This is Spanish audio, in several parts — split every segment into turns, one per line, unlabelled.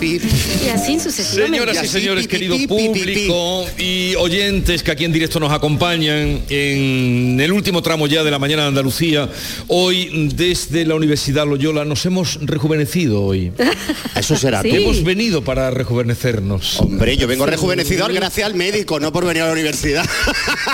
Y así sucesivamente.
Señoras y señores, querido público y oyentes que aquí en directo nos acompañan en el último tramo ya de la mañana de Andalucía, hoy desde la Universidad Loyola nos hemos rejuvenecido hoy.
Eso será. Sí.
Hemos venido para rejuvenecernos.
Hombre, Eh, yo vengo rejuvenecido gracias al médico, no por venir a la universidad.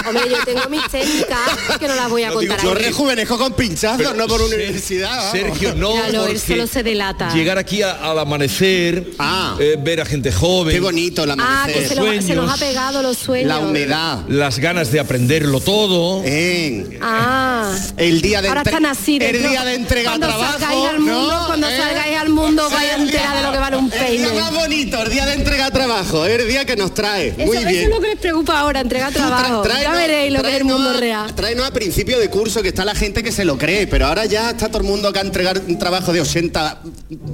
Hombre, yo tengo mis técnicas que no las voy a contar
yo
aquí.
rejuvenezco con pinchazos,
Pero,
no por
Ser-
universidad. vamos.
Sergio, no,
Claro, él
porque
solo se delata.
llegar aquí a- al amanecer,
Ah.
eh, ver a gente joven,
Qué bonito la
Ah, que se,
amanecer.
lo- se nos
sueños.
ha pegado los sueños.
la humedad.
las ganas de aprenderlo todo.
Eh,
Ah.
el día de
Ahora
entre-
están así. de
el
pro-
día de entrega
cuando
trabajo.
Salgáis al mundo,
¿no?
Cuando
Eh,
salgáis al mundo, vais a
el día-
enterar de lo que vale un peine.
El día más bonito, el día de entrega trabajo, el día que nos trae. Muy bien.
eso, eso es lo que les preocupa ahora, entregar trabajo.
Tra- tráenos-
ya veréis lo que es el
tráenos
mundo
a-
real.
Tráenos a principio de curso que está la gente que se lo cree, pero ahora ya está todo el mundo que a entregar un trabajo de 80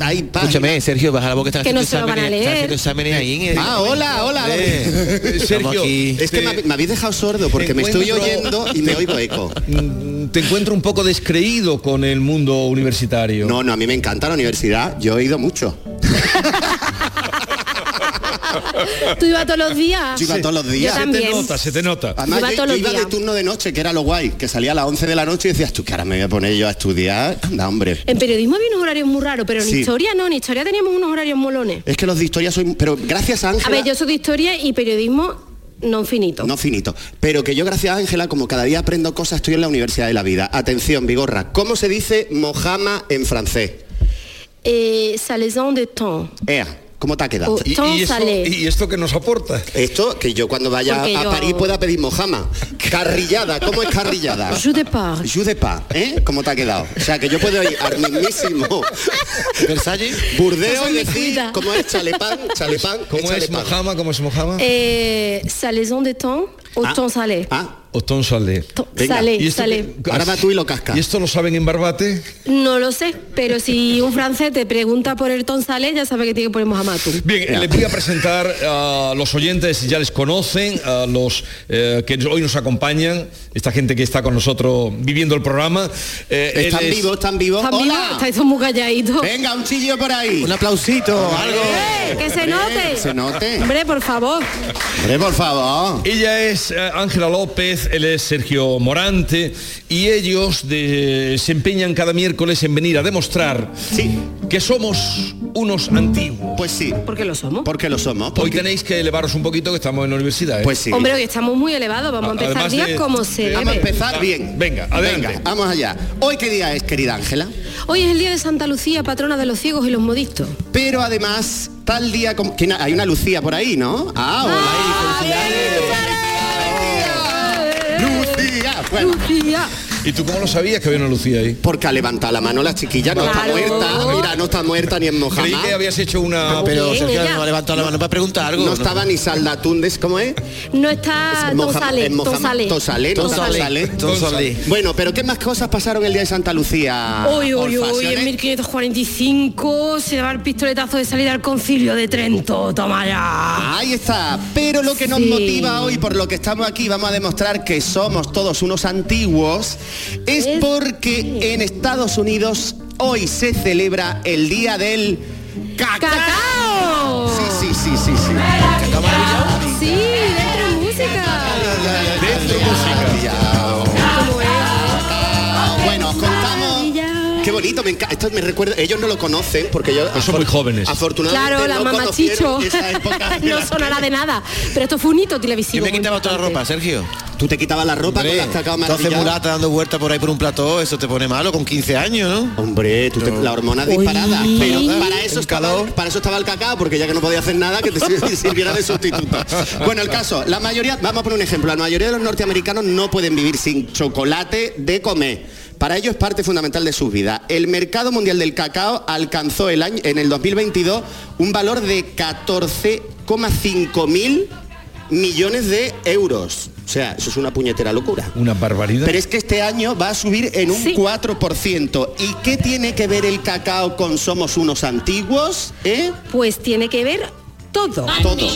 ahí páginas.
Escúchame, Sergio, baja la boca, están
Que no
haciendo
se lo van a
exámenes, están
leer.
haciendo exámenes ahí en el-
Ah, hola, hola.
Eh,
Estamos
Sergio,
aquí.
Es que
te-
me, hab- me habéis dejado sordo porque
te
me estoy
encuentro-
oyendo y me oigo eco.
Mm, te encuentro un poco descreído con el mundo universitario.
No, no, a mí me encanta la universidad. Yo he ido mucho.
Tú ibas todos los días.
Yo iba todos los días.
Yo
se
también.
te nota, se te nota.
Además,
Iba
yo,
todos
yo
los
iba de
días.
turno de noche, que era lo guay, que salía a las 11 de la noche y decías, tú que ahora me voy a poner yo a estudiar. Anda, hombre.
En periodismo había unos horarios muy raros, pero en
Sí.
historia no, en historia teníamos unos horarios molones.
Es que los de historia soy... Pero gracias a
A
Ángela...
ver, yo soy de historia y periodismo no infinito.
No finito. Pero que yo, gracias a Ángela, como cada día aprendo cosas, estoy en la Universidad de la Vida. Atención, Vigorra. ¿Cómo se dice mojama en francés?
Eh, salaison de temps.
Ea, ¿cómo te ha quedado?
Oh.
Y, y esto,
Tónsale.
y esto que nos aporta.
Esto, que yo cuando vaya
Porque
a
yo-
París pueda pedir mojama. Carrillada, ¿cómo es carrillada?
Je départ.
Jus de pa, ¿eh? ¿Cómo te ha quedado? O sea, que yo puedo ir al mismísimo
Versalles.
Burdeos
Eso
y
me
decir
cuida.
cómo es chalepán, chalepán,
¿Cómo es
chalepán.
Mojama? ¿Cómo es Mojama?
Eh, salaison de temps o
Ah,
temps salé.
Ah,
O Tónsale.
To-
venga.
salé,
¿Y esto
salé.
qué-
ahora va tú y lo casca.
¿Y esto lo saben en Barbate?
No lo sé, pero si un francés te pregunta por el temps salé, ya sabe que tiene que poner Mohamatu.
Bien, eh, les voy a presentar a los oyentes, ya les conocen, a los eh, que hoy nos acompañan, esta gente que está con nosotros viviendo el programa. Eh, él
Están
es-
vivos, están vivos.
¿Están vivos?
Hola.
Estáis todos muy calladitos.
Venga, un chillo por ahí.
Un aplausito, algo.
¡Eh, ¡Que se
Hombre,
note!
que se note.
Hombre, por favor.
Hombre, por favor.
Ella es eh, Ángela López, él es Sergio Morante y ellos de- se empeñan cada miércoles en venir a demostrar
Sí.
que somos unos antiguos.
Pues sí,
¿Por qué lo somos?
porque lo somos.
Hoy
porque-
tenéis que elevaros un poquito que estamos en la universidad. ¿eh?
Pues sí.
Hombre, hoy estamos muy elevados. Vamos a
A-
empezar
además
días
de-
como se
de-
Vamos a
debe.
empezar bien.
Venga, adelante.
Venga, vamos allá. Hoy qué día es, querida Ángela.
Hoy es el día de Santa Lucía, patrona de los ciegos y los modistos.
Pero además, tal día como... ¿Quién ha- Hay una Lucía por ahí, ¿no? Ah, hola. ahí, felicidades. Lucía. Bueno,
Lucía.
¿Y tú cómo lo sabías que había una Lucía ahí?
porque ha levantado la mano la chiquilla, no
Claro.
está muerta. Mira, no está muerta ni en
Creí
mojama.
que habías hecho una...
Pero,
Pero
Bien,
Sergio
ella.
no ha levantado la mano para preguntar algo.
No estaba ni Salda Tundes, ¿cómo es?
No está
Es Moja-
Tonsalé.
es Moja-
Tonsalé.
Tonsalé, no está Tonsalé.
Tonsalé.
Bueno, pero ¿qué más cosas pasaron el día de Santa Lucía?
Hoy, hoy, hoy,
Olfaciones?
en 1545 se daba el pistoletazo de salida al concilio de Trento. Toma ya.
Ahí está, pero lo que nos
Sí.
motiva hoy, por lo que estamos aquí, vamos a demostrar que somos todos unos antiguos, es
Es-
porque en Estados Unidos hoy se celebra el Día del Cacao.
¡Cacao!
Sí, sí, sí, sí, sí.
Sí, dentro de música.
Dentro música.
¿Cómo es?
Bueno, os contamos. Qué bonito, me encanta. Esto me recuerda. Ellos no lo conocen porque yo.
Pero son muy jóvenes.
Afortunadamente.
Claro, la
no
mamá
conocieron
Chicho.
esa época de
no
la-
sonará de nada. Pero esto fue un hito
Yo
televisivo.
me
muy
quitaba toda la ropa,
importante.
Sergio.
Tú te quitabas la ropa
Hombre,
con las cacao
entonces
martilladas.
mulata dando vueltas por ahí por un plató, eso te pone malo con 15 años, ¿no?
Hombre, tú te- la hormona
Uy.
disparada. Pero para
El
eso, estaba,
calor.
para eso estaba el cacao, porque ya que no podía hacer nada, que te sir- sirviera de sustituto. Bueno, el caso, la mayoría, vamos a poner un ejemplo, la mayoría de los norteamericanos no pueden vivir sin chocolate de comer. Para ello es parte fundamental de su vida. El mercado mundial del cacao alcanzó el año, en el 2022 un valor de 14,5 mil millones de euros. O sea, eso es una puñetera locura.
Una barbaridad.
Pero es que este año va a subir en un
Sí.
4%. ¿Y qué tiene que ver el cacao con somos unos antiguos? ¿Eh?
Pues tiene que ver todo.
Todo.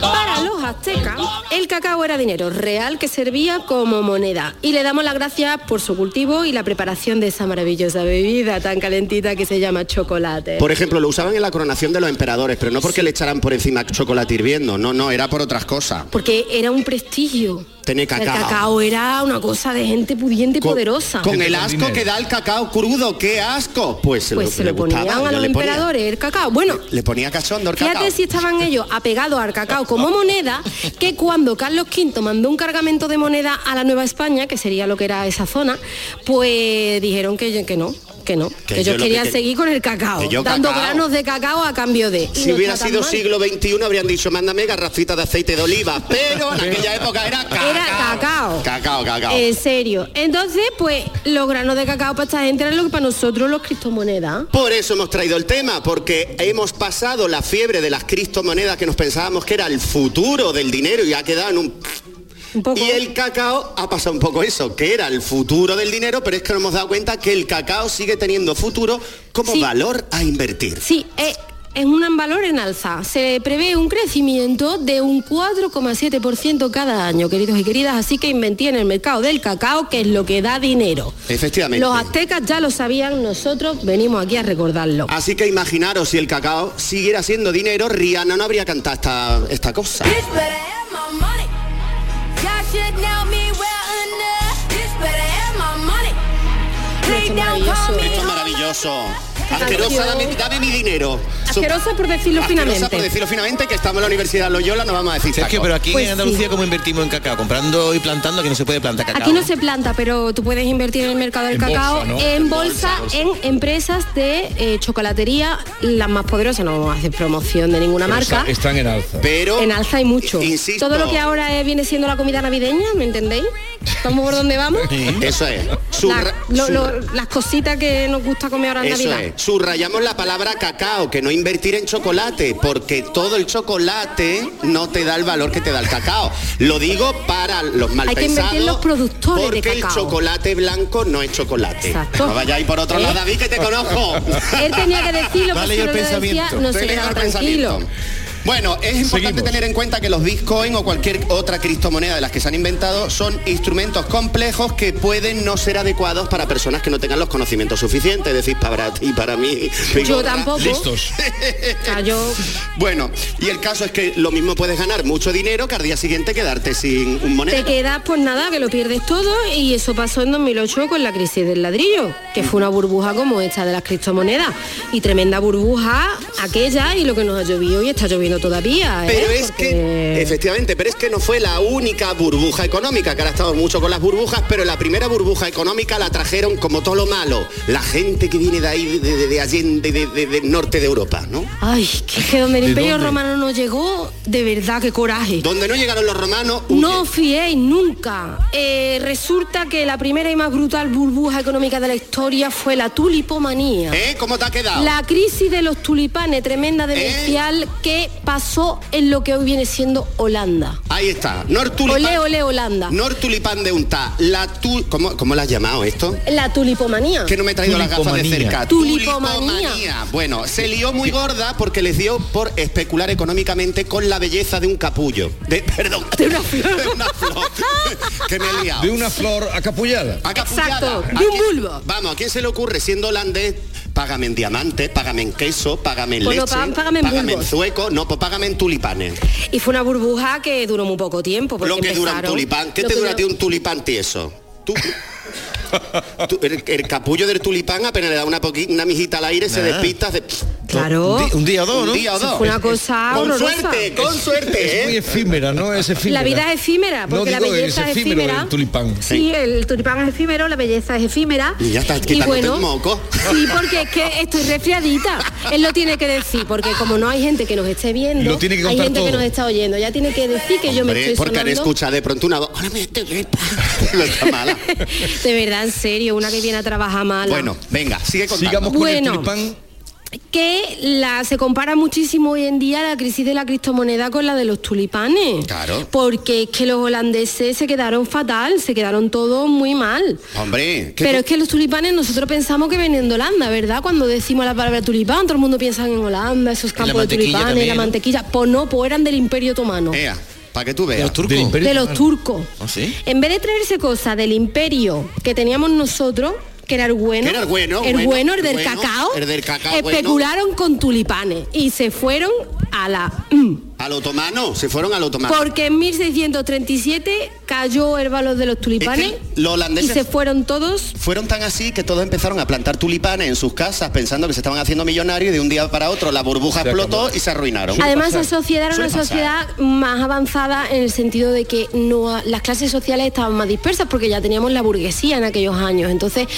Para los aztecas, el cacao era dinero real que servía como moneda. Y le damos las gracias por su cultivo y la preparación de esa maravillosa bebida tan calentita que se llama chocolate.
Por ejemplo, lo usaban en la coronación de los emperadores, pero no porque le echaran por encima chocolate hirviendo, no, no, era por otras cosas.
Porque era un prestigio.
Tener
El
cacao.
cacao era una cosa de gente pudiente y
Con-
poderosa.
Con,
Gente
el
con
asco
dinero.
que da el cacao crudo, qué asco. Pues se
pues
lo,
se
le
lo ponían
gustaba, yo
a los
le ponía-
emperadores el cacao. Bueno,
Le ponía cachondo el cacao.
Fíjate si estaban ellos apegados al cacao como moneda, que cuando Carlos V mandó un cargamento de moneda a la Nueva España, que sería lo que era esa zona, pues dijeron que, que no, que no, que,
yo
ellos
lo que
querían
que-
seguir con el cacao,
que yo
dando
cacao.
granos de cacao a cambio de... Y
Si
no
hubiera
está tan
sido
mal.
siglo XXI habrían dicho, mándame garrafitas de aceite de oliva, pero en aquella época era cacao.
Era cacao.
Cacao, cacao.
En serio. Entonces, pues los granos de cacao para esta gente eran lo que para nosotros los cristomonedas.
Por eso hemos traído el tema, porque hemos pasado la fiebre de las criptomonedas que nos pensábamos que era el futuro del dinero y ha quedado en un...
Un poco.
Y el cacao ha pasado un poco eso, que era el futuro del dinero, pero es que nos hemos dado cuenta que el cacao sigue teniendo futuro como
Sí.
valor a invertir.
Sí, eh, es un valor en alza. Se prevé un crecimiento de un 4,7% cada año, queridos y queridas, así que invertí en el mercado del cacao, que es lo que da dinero.
Efectivamente.
Los aztecas ya lo sabían, nosotros venimos aquí a recordarlo.
Así que imaginaros si el cacao siguiera siendo dinero, Rihanna no habría cantado esta, esta cosa.
This better have my money. Y'all should know me well enough. This better have my money. Please don't call me
Esto es
on my-
maravilloso. Asquerosa, dame, dame mi dinero. So-
Asquerosa por decirlo
asquerosa,
finamente.
por decirlo finamente, que estamos en la Universidad Loyola, no vamos a decir
Sergio,
taco.
pero aquí
Pues
en Andalucía,
sí.
¿cómo invertimos en cacao? Comprando y plantando, que no se puede plantar cacao.
Aquí no se planta, pero tú puedes invertir en el mercado del
En
cacao
bolsa, ¿no?
en bolsa, en empresas de eh, chocolatería, las más poderosas, no vamos a hacer promoción de ninguna
Pero
marca.
está- Están en alza.
Pero
En alza hay mucho.
Insisto.
Todo lo que ahora eh, viene siendo la comida navideña, ¿me entendéis? ¿Estamos por donde vamos?
¿Eh?
Eso es.
La-
Subra-
lo- lo-
subra-
las cositas que nos gusta comer ahora en
Eso
Navidad.
es. Subrayamos la palabra cacao, que no invertir en chocolate, porque todo el chocolate no te da el valor que te da el cacao. Lo digo para los malpensados.
que invertir en los productores de
Porque el
cacao.
chocolate blanco no es chocolate.
Exacto.
No vayáis por otro lado, David, que te conozco.
Él tenía que decirlo,
Me ha
pero si
leído
no
el
lo decía,
pensamiento.
no se
Estoy
le
leyendo
daba
el
tranquilo.
pensamiento. Bueno, es importante
Seguimos.
tener en cuenta que los Bitcoin o cualquier otra criptomoneda de las que se han inventado son instrumentos complejos que pueden no ser adecuados para personas que no tengan los conocimientos suficientes, es decir, para ti y para mí.
Yo tampoco.
Listos.
O sea, yo-
Bueno, y el caso es que lo mismo puedes ganar mucho dinero que al día siguiente quedarte sin un
te
monedero.
quedas pues nada, que lo pierdes todo y eso pasó en 2008 con la crisis del ladrillo, que fue una burbuja como esta de las criptomonedas y tremenda burbuja aquella y lo que nos ha llovido y está lloviendo todavía. ¿eh?
Pero es que,
Porque-
efectivamente, pero es que no fue la única burbuja económica, que ahora estamos mucho con las burbujas, pero la primera burbuja económica la trajeron como todo lo malo, la gente que viene de ahí, de, de- de Allende, de- de- del norte de Europa, ¿no?
Ay, que, es que donde el
¿De
Imperio
dónde?
Romano no llegó, de verdad, qué coraje.
Donde no llegaron los romanos, huyen.
No os fiéis nunca. Eh, resulta que la primera y más brutal burbuja económica de la historia fue la tulipomanía.
¿Eh? ¿Cómo te ha quedado?
La crisis de los tulipanes tremenda demencial que pasó en lo que hoy viene siendo Holanda.
Ahí está, Nortulipán.
Olé, olé, Holanda.
Nortulipán de Unta, la tu... ¿Cómo, ¿Cómo la has llamado esto?
La tulipomanía.
que no me he traído las gafas de
Tulipomanía.
cerca.
Tulipomanía.
Bueno, se lió muy gorda porque les dio por especular económicamente con la belleza de un capullo. De, perdón. De una flor. que me he liado.
De una flor acapullada.
Acapullada.
Exacto,
¿A
de un
quién-
bulbo.
Vamos, ¿a quién se le ocurre siendo holandés? Págame en diamantes, págame en queso, págame en
Pues no,
leche,
pagan- págame en bulbos.
zueco, no, pues págame en tulipanes.
Y fue una burbuja que duró muy poco tiempo. porque
Lo que dura un
empezaron-
tulipán, ¿qué
lo
te
que
dura a ti
duró-
un tulipán tieso? Tú, tú- el, el capullo del tulipán apenas le da una, poqui- una mijita al aire, se
Nah.
despista, se-
Claro.
Un, di- un día o dos,
Un
¿no?
día o
Eso
dos.
fue una cosa
Con
horrorosa.
suerte, con
Es
suerte,
muy
¿eh?
efímera, ¿no? Es efímera.
La vida es efímera,
No
porque la
digo, es
belleza es
efímero
efímera.
el tulipán.
Sí, el tulipán es efímero, la belleza es efímera.
Y ya estás quitándote el moco.
Sí, porque es que estoy resfriadita. Él lo tiene que decir, porque como no hay gente que nos esté viendo,
Lo tiene que
hay
contar
gente que
todo.
nos está oyendo. Ya tiene que decir que yo me
Hombre,
estoy
porque han
sonando.
escuchado de pronto una voz. Ahora me estoy gripando. Está mala.
De verdad, en serio, una que viene a trabajar mal.
Bueno, venga, sigue contando.
Sigamos con el
Bueno.
tulipán.
que la, se compara muchísimo hoy en día la crisis de la criptomoneda con la de los tulipanes.
Claro.
Porque es que los holandeses se quedaron fatal, se quedaron todos muy mal.
Hombre, ¿qué tú-
Pero es que los tulipanes nosotros pensamos que vienen de Holanda, ¿verdad? Cuando decimos la palabra tulipán, todo el mundo piensa en Holanda, esos campos de
mantequilla
tulipanes,
también,
la
¿no?
mantequilla. Pues no, pues eran del Imperio Otomano,
Ea, para que tú veas.
Los turcos.
Del imperio.
de los turcos.
¿Ah, sí?
En vez de traerse cosas del Imperio que teníamos nosotros, que era el bueno,
Que era el bueno,
el,
bueno,
bueno, el del
bueno,
cacao,
el del cacao, bueno.
especularon con tulipanes y se fueron a la... mm,
Al otomano, se fueron al otomano.
Porque en 1637 cayó el valor de los tulipanes
los
y
holandeses-
se fueron todos
Fueron tan así que todos empezaron a plantar tulipanes en sus casas pensando que se estaban haciendo millonarios y de un día para otro la burbuja explotó y se arruinaron.
Además, la sociedad era
Suele
una
pasar.
sociedad más avanzada en el sentido de que no, las clases sociales estaban más dispersas porque ya teníamos la burguesía en aquellos años. Entonces,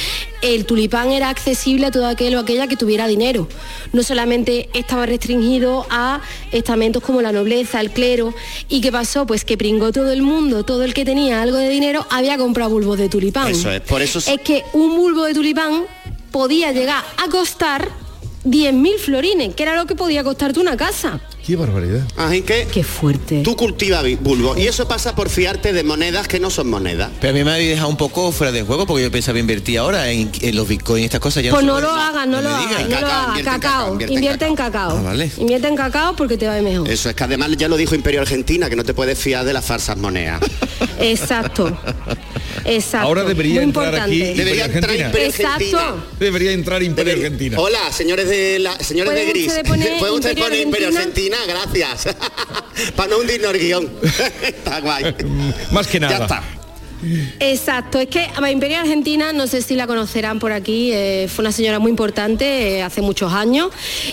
el tulipán era accesible a todo aquel o aquella que tuviera dinero. No solamente estaba restringido a estamentos como la nobleza, el clero. ¿Y qué pasó? Pues que pringó todo el mundo, todo el que tenía algo de dinero había comprado bulbos de tulipán.
Eso es, por eso es-
es que un bulbo de tulipán podía llegar a costar 10.000 florines, que era lo que podía costarte una casa.
Qué barbaridad.
Así que
Qué fuerte.
tú cultivas vi- bulbo y eso pasa por fiarte de monedas que no son monedas.
Pero a mí me habéis dejado un poco fuera de juego porque yo pensaba invertir ahora en, en los bitcoins y estas cosas. Ya
Pues
se
no
puede.
lo hagas, no
me
lo hagas,
digas.
no lo
Cacao,
hagas.
invierte en cacao,
Cacao,
invierte en
invierte en
cacao.
cacao.
Ah, vale.
Invierte en cacao porque te va a ir mejor.
Eso es que además ya lo dijo Imperio Argentina, que no te puedes fiar de las falsas monedas.
Exacto. Exacto.
Ahora debería
Muy
entrar aquí-
importante.
Debería
Imperio
entrar
Argentina.
Imperio
Exacto.
Argentina.
Debería entrar Imperio
Debería-
Argentina.
Hola, señores de la, señores de
¿Pueden
gris.
ustedes poner
¿Pueden ustedes
Imperio
poner Imperio
Argentina?
Argentina? Gracias. Para no hundirnos el guión. Está guay.
Mm, Más que nada.
Ya está.
Exacto, es que a Imperio Argentina, no sé si la conocerán por aquí, eh, fue una señora muy importante eh, hace muchos años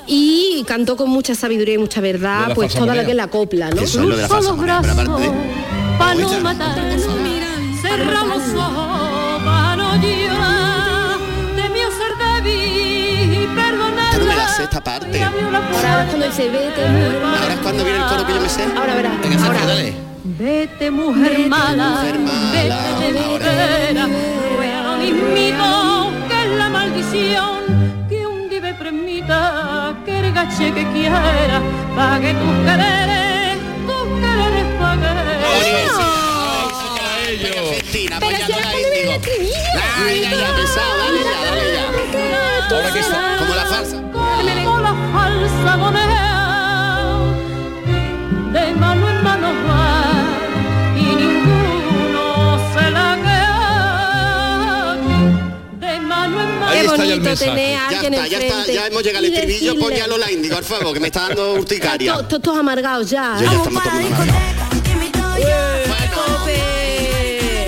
y cantó con mucha sabiduría y mucha
Lo de
verdad,
la
pues
falsa
toda la
moneda.
que es la copla, ¿no?
Eso es lo de la falsa moneda, pero aparte de-
pa' no
Oye.
matarnos,
Cerramos los ojos para no llorar de mi ser débil y perdonar.
Yo no me la sé esta parte.
Ahora es cuando dice, vete, mujer,
Ahora es cuando viene el coro que yo me sé.
ahora verás.
Venga, Sergio,
ahora.
dale.
Vete mujer mala,
mujer mala,
vete de mi
ahora.
vera, ruega mis mitos, que es la maldición que un día me permita que el gache que quiera pague tus quereres, tus quereres pague.
Imperio Argentina,
Pero si
apoyando
ahora
pues la
es cuando viene el
Índigo.
estribillo.
Dale, ya, ya, pesado, dale ya, dale ya.
Ahora que está-
Como la farsa.
Con la falsa moneda de mano en mano va y ninguno se la queda de mano en mano
Ahí
Qué
está ya el
bonito
mensaje.
tener a
Ya
alguien
está, ya está,
enfrente
ya hemos llegado al
y
estribillo,
decirle-
ponle a Lola Índigo, al favor, que me está dando urticaria.
To- to- Todos amargados ya.
Yo ya
Vamos
estamos
para la
tomando
discoteca.
Bueno,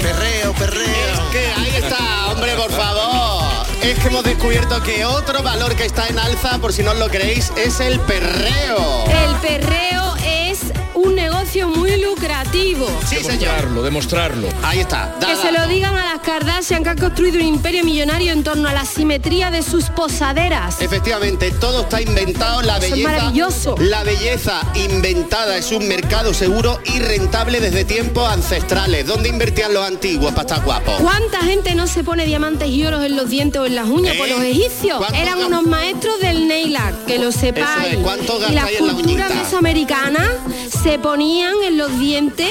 Perreo, perreo.
es que ahí está, hombre, por favor. Es que hemos descubierto que otro valor que está en alza, por si no os lo creéis, es el perreo.
El perreo es un negocio muy lucrativo.
Sí, señor.
Demostrarlo, demostrarlo.
Ahí está.
Que
dala.
se lo digan a las Kardashian que han construido un imperio millonario en torno a la simetría de sus posaderas.
Efectivamente, todo está inventado, la
Eso es
belleza.
maravilloso.
La belleza inventada es un mercado seguro y rentable desde tiempos ancestrales. ¿Dónde invertían los antiguos para estar guapos?
¿Cuánta gente no se pone diamantes y oros en los dientes o en las uñas
¿Eh?
por los egipcios?
¿Cuánto
Eran
gam-
unos maestros del nail art, que lo sepáis.
es, ¿cuánto
y la
gastáis en la
cultura
uñita?
mesoamericana se ponían en los dientes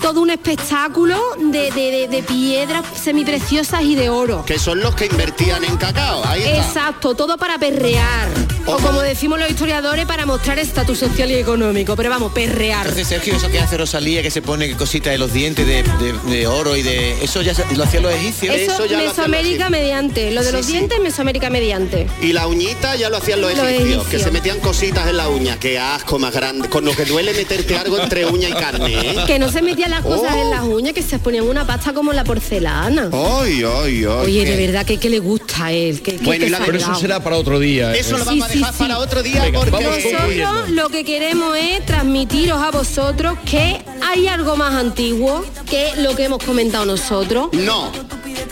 todo un espectáculo de, de- de- de piedras semipreciosas y de oro.
Que son los que invertían en cacao. Ahí está.
Exacto, todo para perrear. O
Ojo.
como decimos los historiadores, para mostrar estatus social y económico. Pero vamos, perrear.
Entonces, Sergio, eso que hace Rosalía, que se pone cositas de los dientes de, de- de oro y de... Eso ya se- lo hacían los egipcios.
Es-
Eso,
eso ya lo hacen los
Mesoamérica
egipcios.
mediante. Lo de
Sí,
los
sí.
dientes, Mesoamérica mediante.
Y la uñita ya lo hacían los
Los
egipcios, que
egipcios.
se metían cositas en la uña. Qué asco más grande. Con lo que duele meterte algo entre uña y carne, ¿eh?
Que no se metían las cosas
Oh.
en las uñas, que se ponían una pasta como la porcelana.
Ay, ay, ay.
Oye, de verdad que, que le gusta a él, que, que-
Bueno,
que
y la-
Pero eso
salgado.
será para otro día.
Eso
Eh,
lo vamos
Sí,
a
sí,
dejar
sí.
para otro día
Venga,
porque
vamos.
Nosotros lo que queremos es transmitiros a vosotros que hay algo más antiguo que lo que hemos comentado nosotros.
No.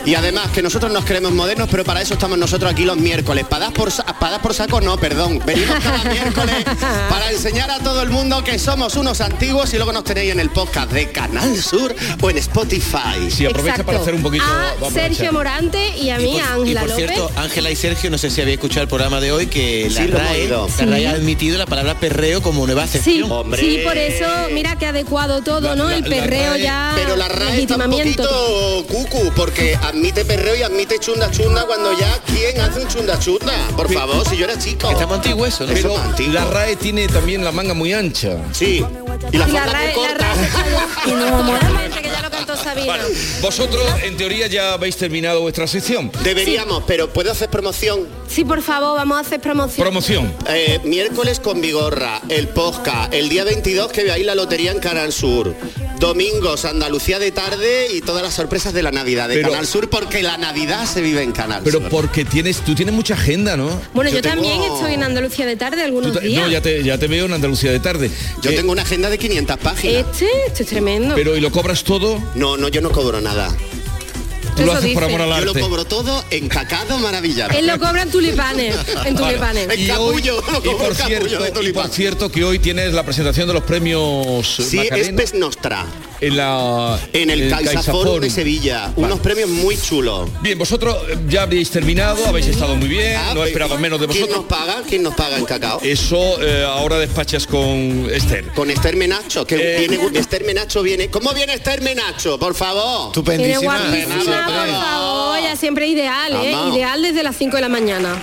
Y además que nosotros nos creemos modernos, pero para eso estamos nosotros aquí los miércoles. Para dar por, sa- pa' dar por saco, no, perdón. Venimos cada miércoles para enseñar a todo el mundo que somos unos antiguos y luego nos tenéis en el podcast de Canal Sur o en Spotify.
Si aprovecha para
Exacto.
hacer un poquito...
A
vamos a
Sergio
echar.
Morante y a mí, a Ángela
y por
López.
cierto, Ángela y Sergio, no sé si había escuchado el programa de hoy,
Sí,
que
lo
la,
hemos
RAE,
oído.
la RAE ha admitido la palabra perreo como nueva
Sí,
acepción.
Hombre.
sí, por eso, mira que adecuado todo,
este La-
¿no?
la-
el
la
perreo
RAE-
ya.
Pero la RAE está un
legitimamiento.
poquito cucu, porque admite perreo y admite chunda chunda cuando ya, ¿quién hace un chunda chunda? Por favor, si yo era chico.
Estamos antiguos eso, ¿no?
Pero-
Pero
Somos antiguos.
la RAE tiene también la manga muy ancha.
Sí. Y la
Y la
falda que
RAE, la
corta.
RAE se cayó. Totalmente, que ya lo cantó Sabina.
Bueno, vosotros en teoría ya habéis terminado vuestra sección.
Deberíamos, pero ¿puedo hacer promoción?
Sí, por favor, vamos a hacer promoción.
Promoción.
Eh, miércoles con Vigorra, el Posca, el día 22 que veáis la lotería en Canal Sur, domingos Andalucía de tarde y todas las sorpresas de la Navidad de
Pero-
Canal Sur porque la Navidad se vive en Canal
Pero
Sur.
porque tienes, tú tienes mucha agenda, ¿no?
bueno, yo,
yo tengo-
también estoy en Andalucía de tarde
Tú
algunos
ta-
días.
no, ya te, ya te veo en Andalucía de tarde.
Yo
Eh,
tengo una agenda de 500 páginas.
Este, este es tremendo.
Pero ¿y lo cobras todo?
No, no, yo no cobro nada.
Tú
Eso
lo haces por
dice.
amor al
Yo lo
arte.
cobro todo en cacado maravillado.
Él lo cobra en tulipanes, en
Vale.
tulipanes.
En capullo, lo
y,
cobro
por
en capullo de
cierto, y por
tulipán.
cierto que hoy tienes la presentación de los premios eh,
Sí, es
Macarena Ah,
Pes Nostra,
en la
en el, Caizaforum de Sevilla. Unos premios muy chulos.
Bien, vosotros eh, ya habéis terminado, habéis estado muy bien,
Ah,
no
pero-
esperaba menos de
¿Quién
vosotros.
nos paga? ¿Quién nos paga en cacao?
Eso eh, ahora despachas con Esther.
Con Esther Menacho, que
Eh.
viene, Esther Menacho viene. ¿Cómo viene Esther Menacho? Por favor.
Tiene
Estupendísima.
guapísima, por favor, ella siempre ideal, ¿eh?
Vamos.
Ideal desde las 5 de la mañana.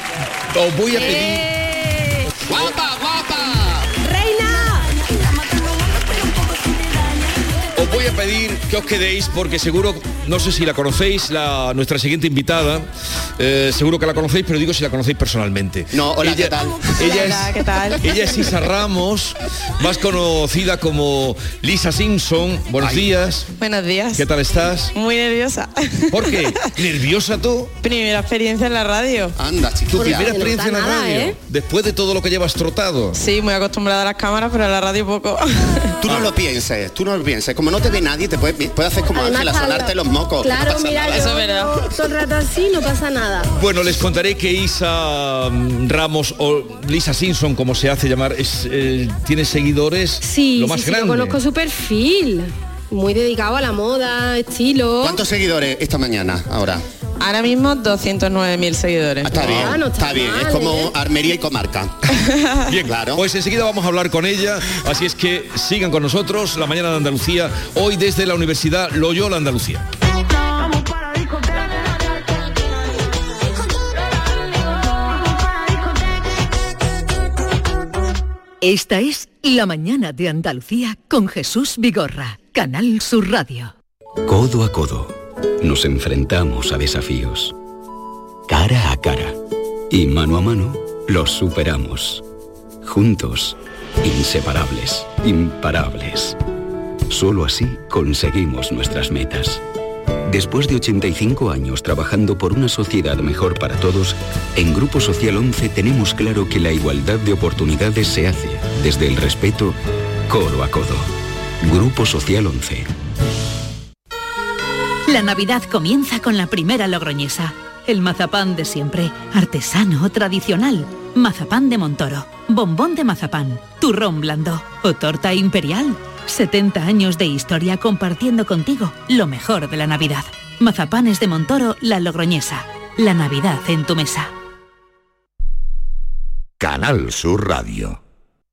Os voy a pedir,
¡Eh!
¡Guapa, guapa!
¡Reina!
os voy a pedir que os quedéis porque seguro, no sé si la conocéis, la, nuestra siguiente invitada, eh, seguro que la conocéis, pero digo si la conocéis personalmente.
No, hola, ¿qué tal?
Ella
Hola,
es,
¿qué tal?
Ella es Isa Ramos, más conocida como Lisa Simpson. Buenos días.
Buenos días.
¿Qué tal estás?
Muy nerviosa.
¿Por qué? ¿Nerviosa tú?
Primera experiencia en la radio.
Anda,
Tu
chiquilla.
primera
no está
experiencia en la
nada,
radio.
¿eh?
Después de todo lo que llevas trotado.
Sí, muy acostumbrada a las cámaras, pero a la radio poco.
Tú no lo pienses, tú no lo pienses. Como no te ve nadie, te puedes, puedes hacer como Ángela,
cada-
sonarte los mocos. que no
Claro,
pasa
mira,
nada.
yo
Eso es verdad.
no- todo el rato así no pasa nada.
Bueno, les contaré que Isa mm, Ramos o Lisa Simpson, como se hace llamar, es, eh, tiene seguidores
Sí,
lo más
sí, sí, yo
grande.
conozco su perfil. Muy dedicado a la moda, estilo.
¿Cuántos seguidores esta mañana ahora?
Ahora mismo 209.000 seguidores.
Ah, Está bien,
no está
está bien. Es
mal,
como
¿eh?
armería y comarca.
Bien,
Claro.
Pues enseguida vamos a hablar con ella, así es que sigan con nosotros la mañana de Andalucía, hoy desde la Universidad Loyola Andalucía.
Esta es La mañana de Andalucía con Jesús Vigorra, Canal Sur Radio.
Codo a codo, nos enfrentamos a desafíos. Cara a cara. Y mano a mano, los superamos. Juntos, inseparables, imparables. Solo así conseguimos nuestras metas. Después de 85 años trabajando por una sociedad mejor para todos, en Grupo Social 11 tenemos claro que la igualdad de oportunidades se hace desde el respeto, codo a codo. Grupo Social 11.
La Navidad comienza con la primera logroñesa. El mazapán de siempre, artesano, tradicional. Mazapán de Montoro, bombón de mazapán, turrón blando o torta imperial. 70 años de historia compartiendo contigo lo mejor de la Navidad. Mazapanes de Montoro, la logroñesa. La Navidad en tu mesa.
Canal Sur Radio.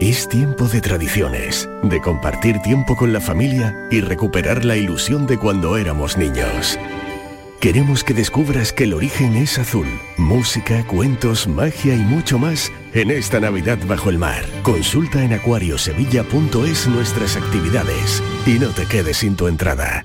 Es tiempo de tradiciones, de compartir tiempo con la familia y recuperar la ilusión de cuando éramos niños. Queremos que descubras que el origen es azul. Música, cuentos, magia y mucho más en esta Navidad bajo el mar. Consulta en acuariosevilla.es nuestras actividades y no te quedes sin tu entrada.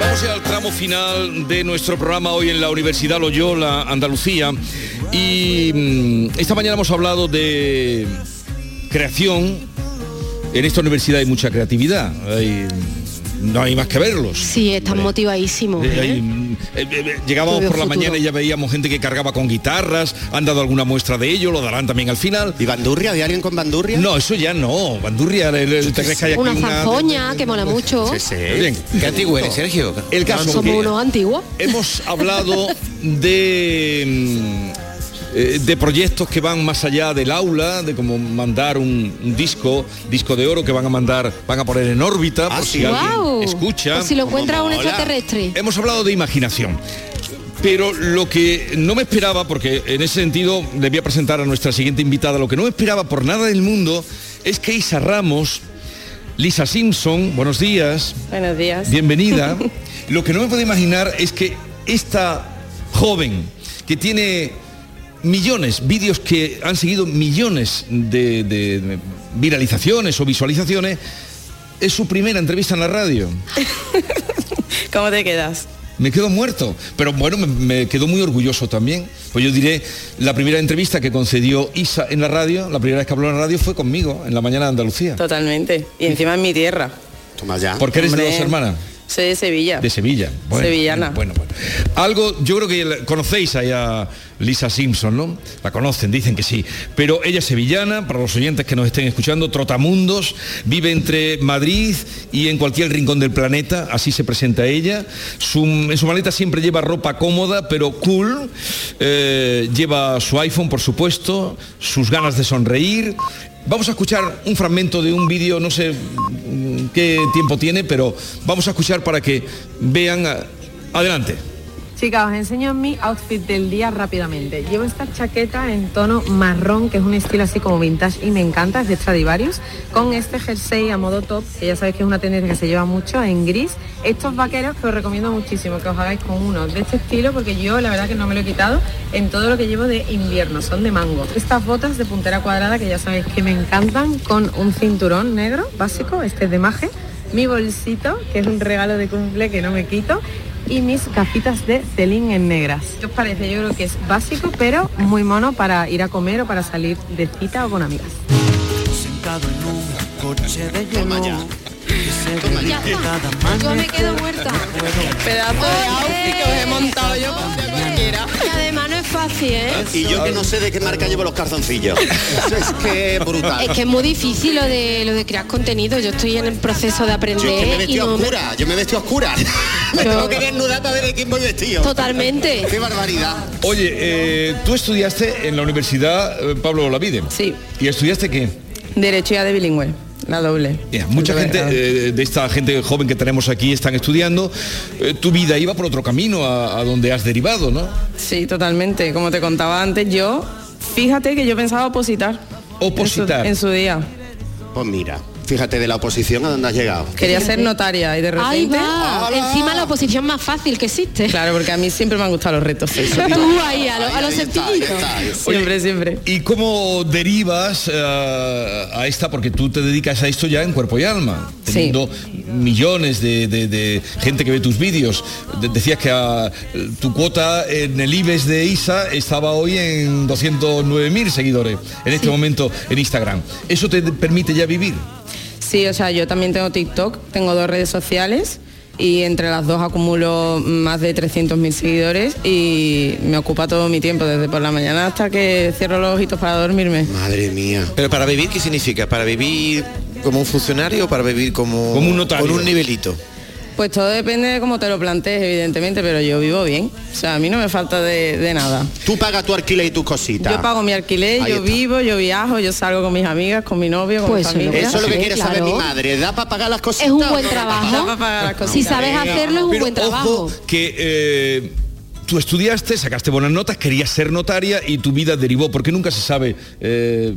Vamos ya al tramo final de nuestro programa hoy en la Universidad Loyola, Andalucía. Y mm, esta mañana hemos hablado de creación. En esta universidad hay mucha creatividad. Hay, mm, no hay más que verlos.
Sí, están motivadísimos.
Eh, ahí, eh, eh, llegábamos
Yo veo
por la
futuro.
mañana y ya veíamos gente que cargaba con guitarras, han dado alguna muestra de ello, lo darán también al final.
¿Y bandurria? ¿Había alguien con bandurria?
No, eso ya no. Bandurria, el- el- ¿te crees que hay aquí
Una
una-
zanzoña que mola mucho.
Bien.
Qué antiguo eres, Sergio.
El caso
Somos
que
unos antiguos.
hemos hablado de mm, eh, de proyectos que van más allá del aula, de como mandar un, un disco, disco de oro que van a mandar, van a poner en órbita, por si alguien
Guau.
escucha.
Pues si lo
Como
encuentra un
mola.
extraterrestre.
Hemos hablado de imaginación. Pero lo que no me esperaba, porque en ese sentido le voy a presentar a nuestra siguiente invitada, lo que no me esperaba por nada del mundo es que Isa Ramos, Lisa Simpson, buenos días.
Buenos días.
Bienvenida. Lo que no me puedo imaginar es que esta joven que tiene millones, vídeos que han seguido millones de, de- de viralizaciones o visualizaciones, es su primera entrevista en la radio.
¿Cómo te quedas?
Me quedo muerto, pero bueno, me, me quedo muy orgulloso también. Pues yo diré, la primera entrevista que concedió Isa en la radio, la primera vez que habló en la radio fue conmigo, en la mañana de Andalucía.
Totalmente. Y encima en mi tierra.
Toma ya.
Porque eres de
Hombre.
dos hermanas.
Soy de Sevilla.
De Sevilla. Bueno,
Sevillana.
Bueno, bueno. Algo, yo creo que la- conocéis ahí a Lisa Simpson, ¿no? La conocen, dicen que sí. Pero ella es sevillana, para los oyentes que nos estén escuchando, trotamundos, vive entre Madrid y en cualquier rincón del planeta, así se presenta ella. Su- en su maleta siempre lleva ropa cómoda, pero cool. Eh, lleva su iPhone, por supuesto, sus ganas de sonreír. Vamos a escuchar un fragmento de un vídeo, no sé mm, qué tiempo tiene, pero vamos a escuchar para que vean. a- Adelante.
Chicas, os enseño mi outfit del día rápidamente. Llevo esta chaqueta en tono marrón, que es un estilo así como vintage y me encanta, es de Stradivarius, con este jersey a modo top, que ya sabéis que es una tendencia que se lleva mucho, en gris. Estos vaqueros que os recomiendo muchísimo que os hagáis con uno de este estilo, porque yo la verdad que no me lo he quitado en todo lo que llevo de invierno, son de mango. Estas botas de puntera cuadrada, que ya sabéis que me encantan, con un cinturón negro básico, este es de maje, mi bolsito, que es un regalo de cumple que no me quito, y mis gafitas de Celine en negras. ¿Qué os parece? Yo creo que es básico, pero muy mono para ir a comer o para salir de cita o con amigas. Sentado en un coche de
Toma ya.
ya
Yo me quedo muerta.
Pedazo
de outfit que os he montado yo cualquiera. Y además no es fácil, ¿eh?
Y yo que no sé de qué marca llevo los calzoncillos. Eso es que es brutal.
Es que es muy difícil lo de lo de crear contenido. Yo estoy en el proceso de aprender
Yo es que me he
y
vestido a
no me-
oscura, yo me he vestido a oscura. me
Yo-
tengo que desnudar para ver de quién voy vestido.
Totalmente.
Qué barbaridad.
Oye, eh, tú estudiaste en la Universidad eh, Pablo Olavide.
Sí.
¿Y estudiaste qué?
Derecho ya de bilingüe. La doble.
Mira, mucha
Lo
gente
verás.
eh, de esta gente joven que tenemos aquí están estudiando. Eh, tu vida iba por otro camino a, a donde has derivado, ¿no?
Sí, totalmente. Como te contaba antes, yo, fíjate que yo pensaba opositar.
Opositar.
En su, en su día.
Pues mira, fíjate de la oposición a dónde has llegado.
Quería ser notaria y de repente...
Ahí va. Encima la oposición más fácil que existe.
Claro, porque a mí siempre me han gustado los retos.
Tú ahí, a, lo- a los sencillitos.
Siempre,
siempre.
¿Y cómo derivas eh, a esta? Porque tú te dedicas a esto ya en cuerpo y alma,
Sí.
teniendo millones de, de- de gente que ve tus vídeos. De- decías que ah, tu cuota en el IBES de ISA estaba hoy en 209.000 seguidores en este momento en Instagram. ¿Eso te permite ya vivir?
Sí, o sea, yo también tengo TikTok, tengo dos redes sociales y entre las dos acumulo más de 300.000 seguidores y me ocupa todo mi tiempo, desde por la mañana hasta que cierro los ojitos para dormirme.
Madre mía.
Pero para vivir, ¿qué significa? ¿Para vivir como un funcionario o para vivir como,
Como un notario.
Con un nivelito.
Pues todo depende de cómo te lo plantees, evidentemente, pero yo vivo bien. O sea, a mí no me falta de, de nada.
Tú pagas tu alquiler y tus cositas.
Yo pago mi alquiler,
Ahí
yo
está.
vivo, yo viajo, yo salgo con mis amigas, con mi novio, con
Pues
mi
eso es lo
familia.
que- Eso es lo que quiere saber mi madre. ¿Da para pagar las cositas?
Es un
o
buen
no da pa'
trabajo.
pagar?
Si sabes
Venga.
hacerlo es un
Pero
buen
ojo,
trabajo.
que eh, tú estudiaste, sacaste buenas notas, querías ser notaria y tu vida derivó, porque nunca se sabe. Eh,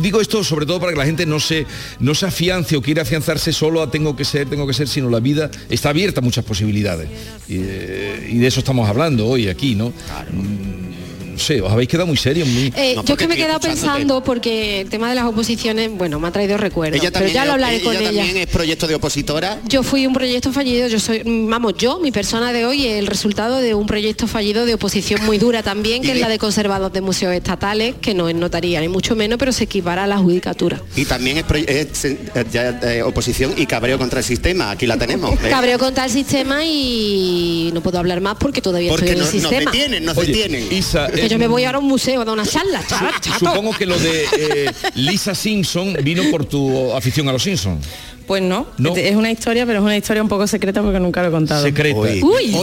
digo esto sobre todo para que la gente no se, no se afiance o quiera afianzarse solo a tengo que ser, tengo que ser, sino la vida está abierta a muchas posibilidades. Y, eh, y de eso estamos hablando hoy aquí, ¿no? Mm, no sé, os habéis quedado muy serios. Muy...
Eh, yo es que me he quedado pensando porque el tema de las oposiciones, bueno, me ha traído recuerdos, pero ya lo hablaré
ella
con ella.
también es proyecto de opositora.
Yo fui un proyecto fallido, yo soy, vamos, yo, mi persona de hoy, es el resultado de un proyecto fallido de oposición muy dura también, que es la de conservados de museos estatales, que no es notaría, ni mucho menos, pero se equipara a la judicatura.
Y también es, proye- es, eh, ya, eh, oposición y cabreo contra el sistema. Aquí la tenemos. eh.
Cabreo contra el sistema y no puedo hablar más porque todavía
Porque
estoy en
no-
el
nos
sistema.
detienen, nos detienen.
Isa,
Que
eh,
yo me voy ahora a un museo a dar una charla, chaval, chato.
Supongo que lo de eh, Lisa Simpson vino por tu afición a los Simpson.
Pues no,
No.
es una historia, pero es una historia un poco secreta porque nunca lo he contado.
Secreta.
Uy,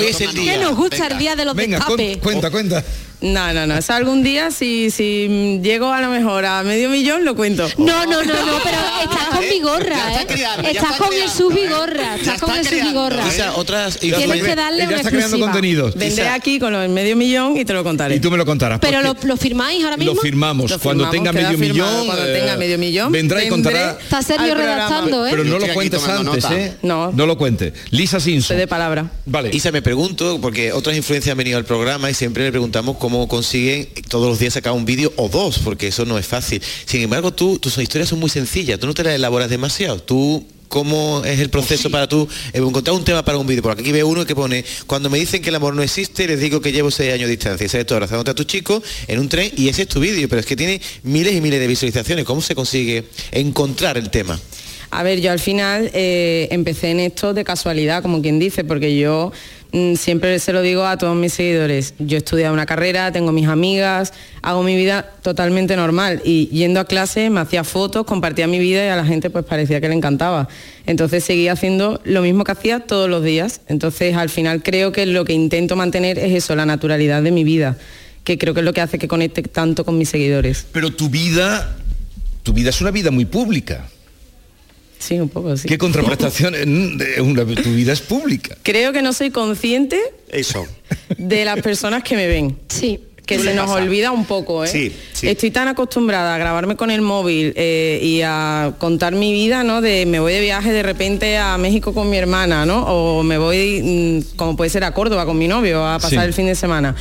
¿qué nos gusta el día de los
Venga, cuen-
destapes?
cuenta, cuenta.
No, no, no. O sea, algún día si, si llego a lo mejor a medio millón lo cuento.
No, no, no, no, pero estás con
Ya
vigorra,
está
¿eh?
criando, ya
Estás
está
con el subvigorra, estás con el subvigorra.
Isa, otras
Tienes que darle una exclusiva.
Vendré aquí con el medio millón y te lo contaré.
Y tú me lo contarás.
Pero lo, lo firmáis ahora mismo.
Lo firmamos.
Lo
cuando
firmamos,
tenga
queda
medio
firmado.
millón.
Cuando
eh,
tenga medio millón,
Vendrá y
vendré.
contará.
Está serio redactando, ¿eh?
Pero no lo
Yo estoy aquí
cuentes
tomando
antes,
nota.
¿eh? No. No lo cuentes. Lisa Simpson.
de palabra.
Vale.
Y se me pregunto, porque otras influencias han venido al programa y siempre le preguntamos cómo consiguen todos los días sacar un vídeo o dos, porque eso no es fácil. Sin embargo, tú, tus historias son muy sencillas, tú no te las elaboras demasiado. Tú, ¿cómo es el proceso para tú eh, encontrar un tema para un vídeo? Porque aquí veo uno que pone, cuando me dicen que el amor no existe, les digo que llevo seis años de distancia. Y sales tú abrazándote a tu chico en un tren y ese es tu vídeo, pero es que tiene miles y miles de visualizaciones. ¿Cómo se consigue encontrar el tema?
A ver, yo al final eh, empecé en esto de casualidad, como quien dice, porque yo mm, siempre se lo digo a todos mis seguidores. Yo he estudiado una carrera, tengo mis amigas, hago mi vida totalmente normal y yendo a clase me hacía fotos, compartía mi vida y a la gente pues parecía que le encantaba. Entonces seguía haciendo lo mismo que hacía todos los días. Entonces al final creo que lo que intento mantener es eso, la naturalidad de mi vida, que creo que es lo que hace que conecte tanto con mis seguidores.
Pero tu vida, tu vida es una vida muy pública.
Sí, un poco, sí.
¿Qué contraprestación? Mm, es una- tu vida es pública.
Creo que no soy consciente
Eso.
de las personas que me ven.
Sí.
Que
Suele
se nos
pasar.
olvida un poco, ¿eh?
Sí, sí.
Estoy tan acostumbrada a grabarme con el móvil eh, y a contar mi vida, ¿no? De me voy de viaje de repente a México con mi hermana, ¿no? O me voy, mm, como puede ser, a Córdoba con mi novio a pasar
Sí.
el fin de semana.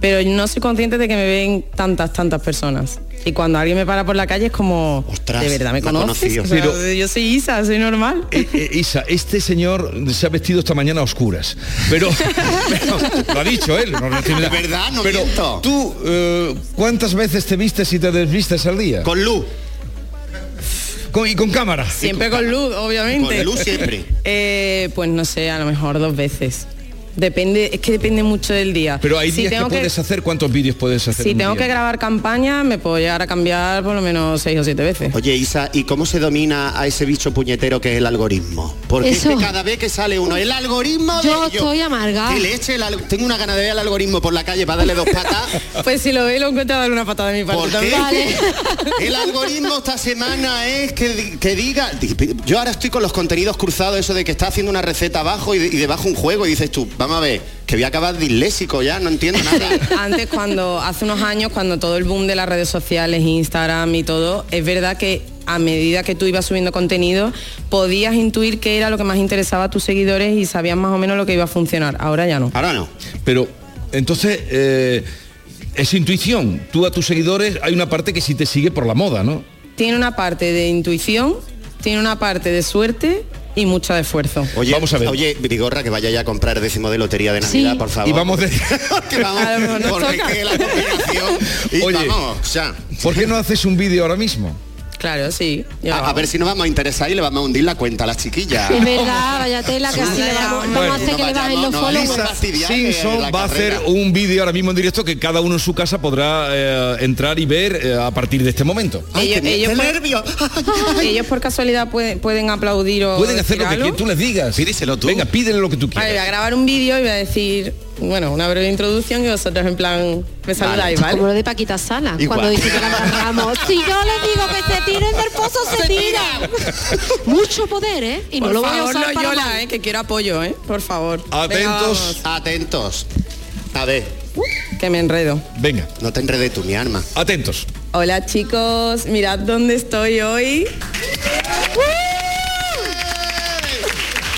Pero no soy consciente de que me ven tantas, tantas personas. Y cuando alguien me para por la calle es como, ¿de verdad me
la
conoces?
conocí,
O sea,
pero-
yo soy Isa, soy normal.
Eh, eh, Isa, este señor se ha vestido esta mañana a oscuras, pero, pero lo ha dicho él. No, no tiene nada.
De verdad, no
pero
miento.
tú, eh, ¿cuántas veces te vistes y te desvistes al día?
Con luz.
y con cámara.
Siempre con luz, obviamente.
Con luz siempre.
Eh, pues no sé, a lo mejor dos veces. Depende, es que depende mucho del día.
Pero hay
Si
días que
tengo
puedes hacer, ¿cuántos vídeos puedes hacer?
Si
en un
tengo
día?
que grabar campaña, me puedo llegar a cambiar por lo menos seis o siete veces.
Oye, Isa, ¿y cómo se domina a ese bicho puñetero que es el algoritmo? Porque es
Eso.
que cada vez que sale uno, el algoritmo de
Yo estoy amargada.
Que le eche el al- Tengo una gana de ver al algoritmo por la calle para darle dos patas.
Pues si lo veis, lo encuentro a darle una patada de mi parte
¿Por qué?
también.
El algoritmo esta semana es que, di- que diga... di- Yo ahora estoy con los contenidos cruzados, eso de que está haciendo una receta abajo y, de- y debajo un juego y dices tú, vamos a ver, que voy a acabar disléxico ya, no entiendo nada.
Antes cuando, hace unos años, cuando todo el boom de las redes sociales, Instagram y todo, es verdad que a medida que tú ibas subiendo contenido, podías intuir qué era lo que más interesaba a tus seguidores y sabías más o menos lo que iba a funcionar. Ahora ya no.
Ahora no.
Pero entonces eh, es intuición. Tú a tus seguidores hay una parte que sí te sigue por la moda, ¿no?
tiene una parte de intuición, tiene una parte de suerte y mucho de esfuerzo.
Oye, vamos a ver. Oye, Vigorra, que vaya ya a comprar décimo de lotería de
Sí.
Navidad, por favor.
Y vamos de...
A lo mejor nos
Porque
toca. Y
Oye,
vamos, ya.
¿por qué no haces un vídeo ahora mismo?
Claro, sí.
A, a ver si nos vamos a interesar y le vamos a hundir la cuenta a las chiquillas.
Es verdad, vaya tela que Ah. sí, vamos, vamos a hacer que le bajen los followers.
Lisa Simpson va a hacer un vídeo ahora mismo en directo que cada uno en su casa podrá eh, entrar y ver eh, a partir de este momento.
ellos, ellos por, ellos por casualidad pueden, pueden aplaudir o
Pueden hacer
decir
lo que
algo.
qui- tú les digas. Pídeselo tú. Venga, pídele lo que tú quieras.
Vale, voy a grabar un vídeo y voy a decir, bueno, una breve introducción y vosotros en plan me saludáis, ¿vale?
Como lo de Paquita Sala,
Igual.
cuando dice que la agarramos. Si yo le digo que se tiren del pozo, se tiran. Mucho poder, ¿eh? Y no
Por
lo voy a
favor,
usar
no
para
Yola,
mal.
eh, que quiero apoyo, ¿eh? Por favor. Venga,
Atentos.
vamos,
Atentos. A ver.
que me enredo.
Venga.
No te enredes tú, mi arma.
Atentos.
Hola chicos, mirad dónde estoy hoy.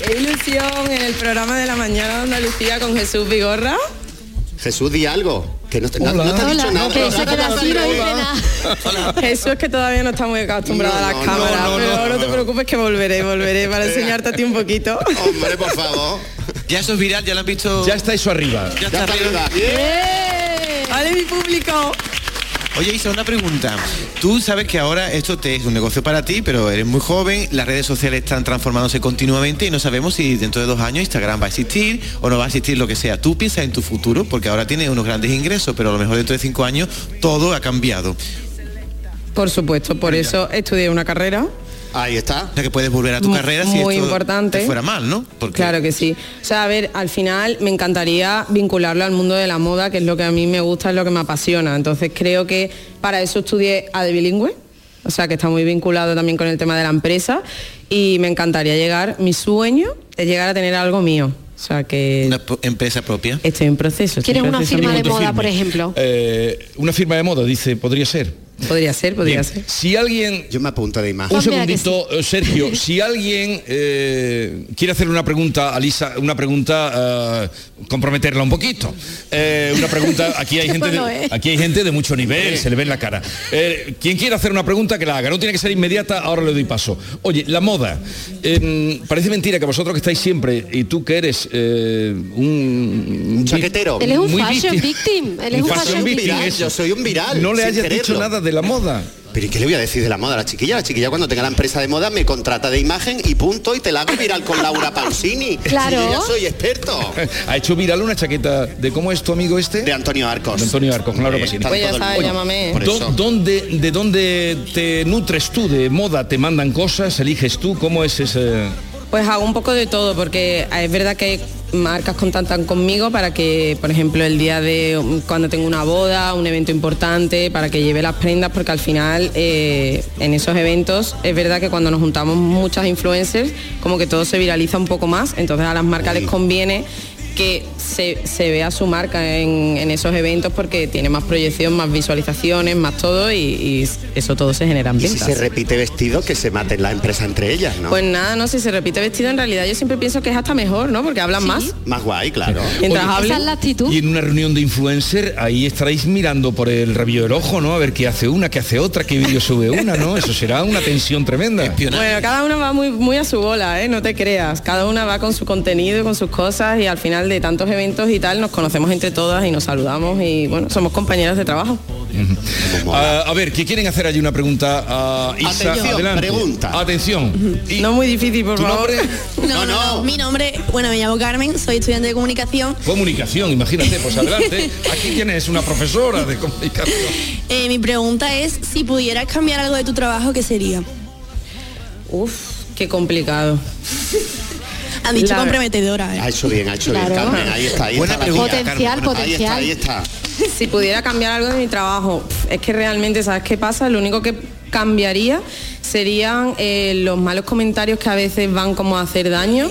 ¡Qué ilusión! En el programa de la mañana de Andalucía con Jesús Vigorra.
Jesús, di algo. Que no te, no- no te ha dicho nada.
que se queda así, no dice
nada.
Eso es que todavía no está muy acostumbrada a las cámaras, pero no, te preocupes que volveré, volveré para enseñarte a ti un poquito.
Hombre, por favor.
Ya eso es viral, ya lo han visto.
Ya está eso arriba.
Ya está arriba.
¡Vale mi público!
Oye, Isa, una pregunta. Tú sabes que ahora esto te es un negocio para ti, pero eres muy joven, las redes sociales están transformándose continuamente y no sabemos si dentro de dos años Instagram va a existir o no va a existir lo que sea. Tú piensas en tu futuro, porque ahora tienes unos grandes ingresos, pero a lo mejor dentro de cinco años todo ha cambiado.
Por supuesto, por eso estudié una carrera.
Ahí está.
O sea que puedes volver a tu
Mu-
carrera si
muy
esto
importante.
te fuera mal, ¿no?
Claro que sí. O sea, a ver, al final me encantaría vincularlo al mundo de la moda, que es lo que a mí me gusta, es lo que me apasiona. Entonces creo que para eso estudié a de bilingüe, o sea, que está muy vinculado también con el tema de la empresa y me encantaría llegar, mi sueño es llegar a tener algo mío. O sea, que
Una po- empresa propia.
estoy en proceso. estoy en
¿Quieres una
proceso.
firma de
Cuando
moda,
firme.
por ejemplo?
Eh, una firma de moda, dice, podría ser.
Podría ser, podría
Bien,
ser.
Si alguien...
Yo me apunto de imagen.
Un
Pues mira que
segundito, eh, Sergio, si alguien eh, quiere hacerle una pregunta a Lisa, una pregunta, eh, comprometerla un poquito. Eh, una pregunta, aquí hay gente
Bueno,
de,
eh.
aquí hay gente de mucho nivel, se le ve en la cara. Eh, quien quiera hacer una pregunta, que la haga. No tiene que ser inmediata, ahora le doy paso. Oye, la moda. Eh, parece mentira que vosotros que estáis siempre, y tú que eres eh, un...
chaquetero.
Él es un
muy
fashion
víctima.
victim. Él es un fashion victim.
viral, yo soy un viral.
No le
sin
hayas dicho
quererlo.
nada de la moda.
Pero ¿y qué le voy a decir de la moda a la chiquilla? La chiquilla cuando tenga la empresa de moda me contrata de imagen y punto y te la hago viral con Laura Pausini.
Claro.
Si yo ya soy experto.
Ha hecho viral una chaqueta de cómo es tu amigo este. De
Antonio Arcos.
De Antonio Arcos, claro que sí.
Pues ya sabe,
Oye,
llámame. Por
¿dó-
eso.
dónde- ¿De dónde te nutres tú? ¿De moda te mandan cosas? ¿Eliges tú? ¿Cómo es ese...?
Pues hago un poco de todo, porque es verdad que marcas contactan conmigo para que, por ejemplo, el día de um, cuando tengo una boda, un evento importante, para que lleve las prendas, porque al final eh, en esos eventos es verdad que cuando nos juntamos muchas influencers, como que todo se viraliza un poco más, entonces a las marcas les conviene que se, se vea su marca en, en esos eventos porque tiene más proyección, más visualizaciones, más todo y, y eso todo se genera en
Y si
ventas.
se repite vestido, que se maten la empresa entre ellas, ¿no?
Pues nada, no, si se repite vestido, en realidad yo siempre pienso que es hasta mejor, ¿no? Porque hablan más.
Más guay, claro.
Mientras hablen- Esa es la actitud.
Y en una reunión de influencer, ahí estaréis mirando por el rabillo del ojo, ¿no? A ver qué hace una, qué hace otra, qué vídeo sube una, ¿no? Eso será una tensión tremenda.
Bueno, cada una va muy, muy a su bola, ¿eh? No te creas. Cada una va con su contenido y con sus cosas y al final de tantos eventos y tal nos conocemos entre todas y nos saludamos y bueno, somos compañeras de trabajo.
Ah, a ver, ¿qué quieren hacer allí una pregunta a Isa?
Atención,
Adelante.
pregunta.
Atención.
No muy difícil, por
¿Tu
favor.
nombre?
No, no, no. Mi nombre, bueno, me llamo Carmen, soy estudiante de comunicación.
Comunicación, imagínate, pues adelante. Aquí tienes una profesora de comunicación.
Eh, mi pregunta es, si pudieras cambiar algo de tu trabajo, ¿qué sería?
Uf, qué complicado.
Han dicho
La-
comprometedora, ¿eh?
Ha hecho bien, ha hecho bien,
Claro.
Carmen. Ahí está, ahí
Buena
está. la
pregunta,
guía,
Carmen, Potencial,
Bueno, Ahí
potencial.
está, ahí está.
Si pudiera cambiar algo de mi trabajo, pf, es que realmente, ¿sabes qué pasa? Lo único que cambiaría serían eh, los malos comentarios que a veces van como a hacer daño,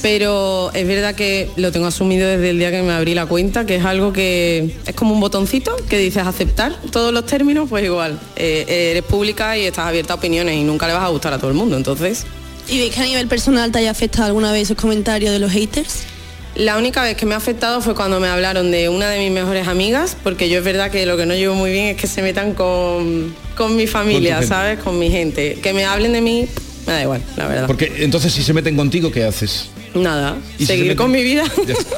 pero es verdad que lo tengo asumido desde el día que me abrí la cuenta, que es algo que es como un botoncito que dices aceptar todos los términos, pues igual, eh, eres pública y estás abierta a opiniones y nunca le vas a gustar a todo el mundo, entonces...
¿Y veis que a nivel personal te haya afectado alguna vez esos comentarios de los haters?
La única vez que me ha afectado fue cuando me hablaron de una de mis mejores amigas, porque yo es verdad que lo que no llevo muy bien es que se metan con, con mi familia,
gente.
¿sabes? Con mi gente. Que me hablen de mí, me da igual, la verdad.
Porque entonces si se meten contigo, ¿qué haces?
Nada,
¿Y si se
seguir
meten?
con mi vida.
Ya está.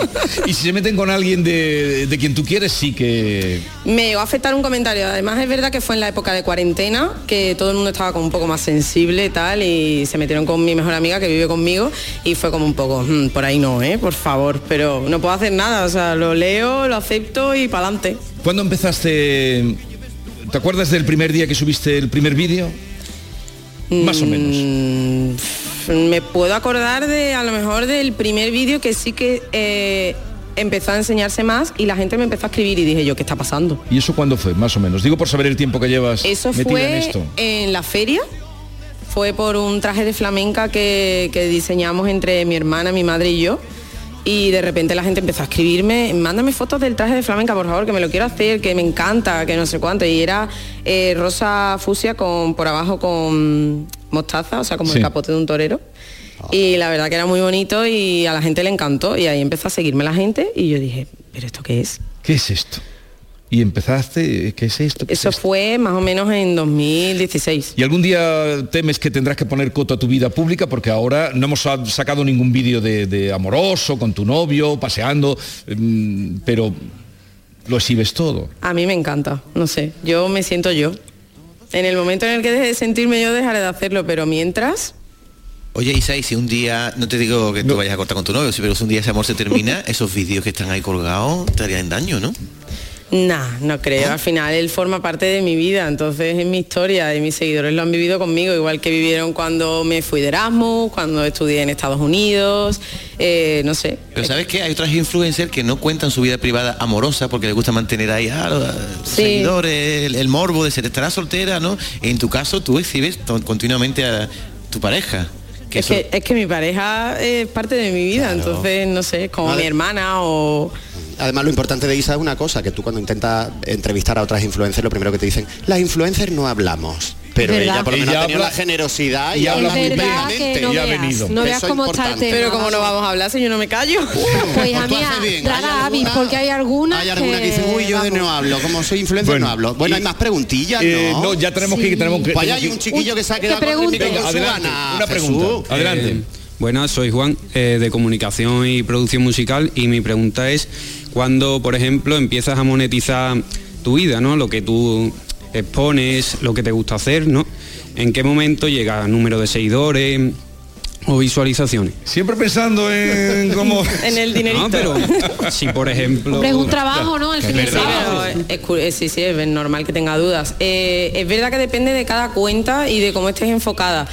y si se meten con alguien de, de quien tú quieres, sí que...
Me llegó a afectar un comentario. Además es verdad que fue en la época de cuarentena, que todo el mundo estaba como un poco más sensible y tal, y se metieron con mi mejor amiga que vive conmigo y fue como un poco, "Mm, por ahí no, ¿eh? Por favor, pero no puedo hacer nada, o sea, lo leo, lo acepto y para adelante.
¿Cuándo empezaste... ¿Te acuerdas del primer día que subiste el primer vídeo? Más o
menos. Me puedo acordar de a lo mejor del primer vídeo que sí que eh, empezó a enseñarse más y la gente me empezó a escribir y dije yo, ¿qué está pasando?
¿Y eso cuándo fue? Más o menos. Digo por saber el tiempo que llevas
Eso
metida en
fue
esto.
en la feria. Fue por un traje de flamenca que, que diseñamos entre mi hermana, mi madre y yo. Y de repente la gente empezó a escribirme, mándame fotos del traje de flamenca, por favor, que me lo quiero hacer, que me encanta, que no sé cuánto. Y era eh, rosa fusia con por abajo con mostaza, o sea, como
Sí.
el capote de un torero. Y la verdad que era muy bonito y a la gente le encantó. Y ahí empezó a seguirme la gente y yo dije, ¿pero esto qué es?
¿Qué es esto? y empezaste, eh, ¿qué es esto?
Eso fue más o menos en 2016.
¿Y algún día temes que tendrás que poner coto a tu vida pública? Porque ahora no hemos sa- sacado ningún vídeo de, de amoroso, con tu novio, paseando, mm, pero lo exhibes todo.
A mí me encanta, no sé, yo me siento yo. En el momento en el que deje de sentirme yo dejaré de hacerlo, pero mientras
Oye, Isaí, si un día, no te digo que tú vayas a cortar con tu novio, si- pero si un día ese amor se termina, esos vídeos que están ahí colgados te harían daño, ¿no?
Nah, no creo. Al final él forma parte de mi vida, entonces es mi historia y mis seguidores lo han vivido conmigo, igual que vivieron cuando me fui de Erasmus, cuando estudié en Estados Unidos, eh, no sé.
Pero ¿sabes qué? Hay otras influencers que no cuentan su vida privada amorosa porque les gusta mantener ahí a los seguidores, el, el morbo de ser estará soltera, ¿no? En tu caso, tú exhibes to- continuamente a tu pareja. Que
es,
eso-
que, es que mi pareja es parte de mi vida, entonces no sé, es como mi hermana o...
Además, lo importante de Isa es una cosa, que tú cuando intentas entrevistar a otras influencers, lo primero que te dicen, las influencers no hablamos. Pero
¿Verdad?
ella por lo menos
Ella
ha tenido
habla-
la generosidad y,
Es
habla muy
verdad
plenamente.
que no veas, no veas
Eso es
cómo está el
importante.
tema, Pero como no vamos a hablar si yo no me callo.
Pues a mí, Clara Avis, porque hay algunas
Hay alguna que dice, uy, yo de no hablo, como soy influencer no hablo. Bueno, hay más preguntillas,
eh,
¿no?
no, ya tenemos que- Sí. tenemos que-
Pues allá hay
tenemos
un
que-
chiquillo que se ha
Que
quedado con el
pregunte.
micro
Venga,
con su
adelante,
gana,
una
Jesús. Eh,
pregunta. Adelante.
Eh, buenas, soy Juan eh, de Comunicación y Producción Musical y mi pregunta es cuando, por ejemplo, empiezas a monetizar tu vida, ¿no? Lo que tú expones, lo que te gusta hacer, ¿no? ¿En qué momento llega número de seguidores o visualizaciones?
Siempre pensando en cómo...
En el dinerito.
No, Ah, pero si por ejemplo...
Hombre,
es un trabajo, ¿no? Al
Es
fin y al
verdad.
cabo.
Pero es cu- eh, sí, sí, es normal que tenga dudas. Eh, es verdad que depende de cada cuenta y de cómo estés enfocada.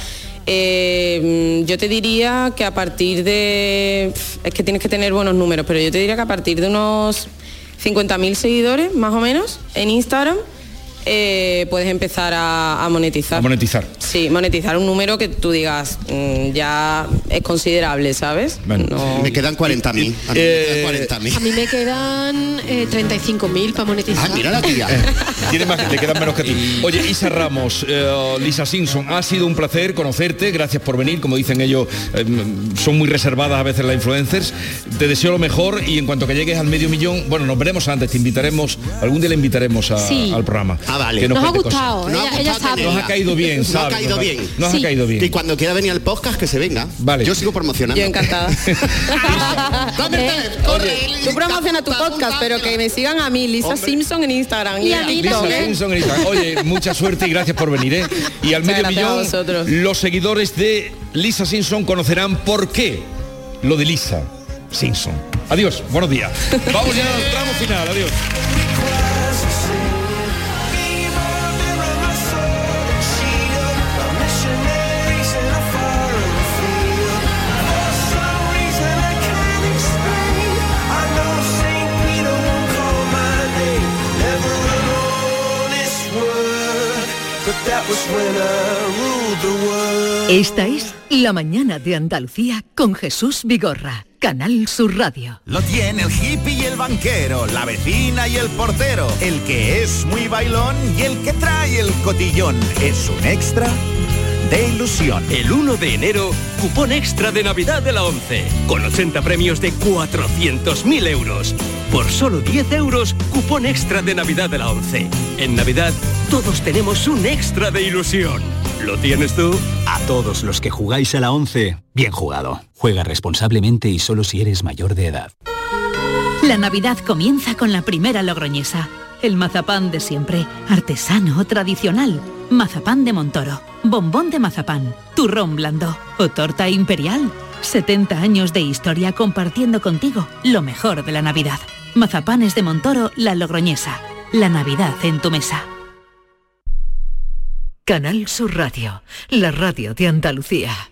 Eh, mm, yo te diría que a partir de... pf, Es que tienes que tener buenos números, pero yo te diría que a partir de unos 50.000 seguidores, más o menos, en Instagram, eh, puedes empezar a, a monetizar.
A monetizar.
Sí, monetizar un número que tú digas mm, ya es considerable, ¿sabes?
Me quedan 40.000. A mí me quedan 40.000.
A mí me quedan eh, 35.000 para monetizar.
Tiene más que te quedan menos que a ti. Oye, Isa Ramos, eh, Lisa Simpson, ha sido un placer conocerte, gracias por venir, como dicen ellos, eh, son muy reservadas a veces las influencers. Te deseo lo mejor y en cuanto que llegues al medio millón, bueno, nos veremos antes, te invitaremos, algún día le invitaremos a-
Sí.
al programa. Ah,
vale.
Nos ha gustado, ¿eh? Nos ha ella- ella gustado sabe.
Nos
tenerla.
ha caído bien,
Nos ha
¿sabes?
caído bien.
Nos ha caído bien.
Y cuando quiera venir al podcast, que se venga. Vale. Yo sigo promocionando.
Yo encantada. Eh, Tú promociona tu podcast, pero que me sigan a mí, Lisa Simpson en Instagram.
Y a mí
Lisa Simpson en Instagram. Oye, mucha suerte y gracias por venir, ¿eh? Y al medio
¿eh? Muchas gracias a
millón,
vosotros.
los seguidores de Lisa Simpson conocerán por qué lo de Lisa Simpson. Adiós, buenos días. Vamos ya al tramo final, adiós.
That was when I ruled the world.
Esta es La mañana de Andalucía con Jesús Vigorra, Canal Sur Radio.
Lo tiene el hippie y el banquero, la vecina y el portero, el que es muy bailón y el que trae el cotillón. Es un extra de ilusión.
El 1 de enero, cupón extra de Navidad de la 11, con 80 premios de 400.000 euros. Por solo 10 euros, cupón extra de Navidad de la 11. En Navidad, todos tenemos un extra de ilusión. ¿Lo tienes tú?
A todos los que jugáis a la 11, bien jugado. Juega responsablemente y solo si eres mayor de edad.
La Navidad comienza con la primera logroñesa. El mazapán de siempre, artesano, tradicional. Mazapán de Montoro, bombón de mazapán, turrón blando o torta imperial. 70 años de historia compartiendo contigo lo mejor de la Navidad. Mazapanes de Montoro, la logroñesa. La Navidad en tu mesa. Canal Sur Radio, la radio de Andalucía.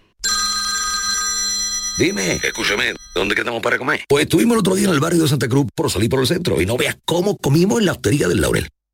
Dime, escúchame, ¿dónde quedamos para comer? Pues estuvimos el otro día en el barrio de Santa Cruz por salir por el centro y no veas cómo comimos en la hostería del Laurel.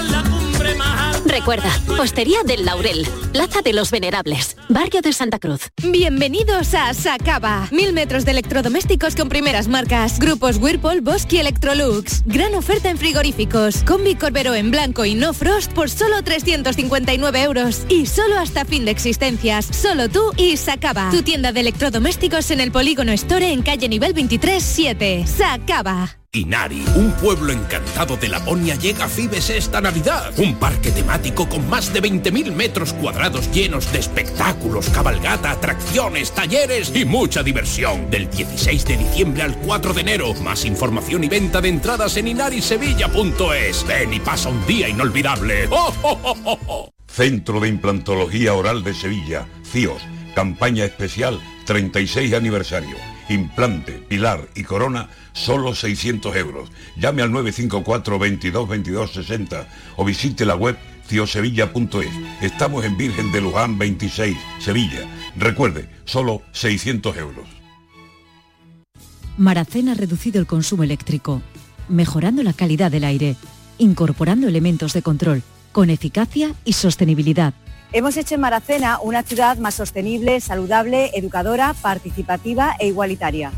es la cumbre más alta.
Recuerda, Postería del Laurel, Plaza de los Venerables, Barrio de Santa Cruz.
Bienvenidos a Sacaba. Mil metros de electrodomésticos con primeras marcas. Grupos Whirlpool, Bosch y Electrolux. Gran oferta en frigoríficos. Combi Corbero en blanco y no frost por solo 359 euros. Y solo hasta fin de existencias. Solo tú y Sacaba. Tu tienda de electrodomésticos en el Polígono Store en calle nivel 23 7. Sacaba.
Inari, un pueblo encantado de Laponia, llega a Fibes esta Navidad. Un parque temático con más de 20.000 metros cuadrados llenos de espectáculos, cabalgata, atracciones, talleres y mucha diversión. Del 16 de diciembre al 4 de enero. Más información y venta de entradas en inarisevilla.es. Ven y pasa un día inolvidable. ¡Oh, oh, oh, oh, oh!
Centro de Implantología Oral de Sevilla, CIOS, campaña especial 36 aniversario. Implante, pilar y corona, solo 600 euros. Llame al 954 22 22 60 o visite la web ciosevilla.es. Estamos en Virgen de Luján 26, Sevilla. Recuerde, solo 600 euros.
Maracena ha reducido el consumo eléctrico, mejorando la calidad del aire, incorporando elementos de control, con eficacia y sostenibilidad.
Hemos hecho en Maracena una ciudad más sostenible, saludable, educadora, participativa e igualitaria.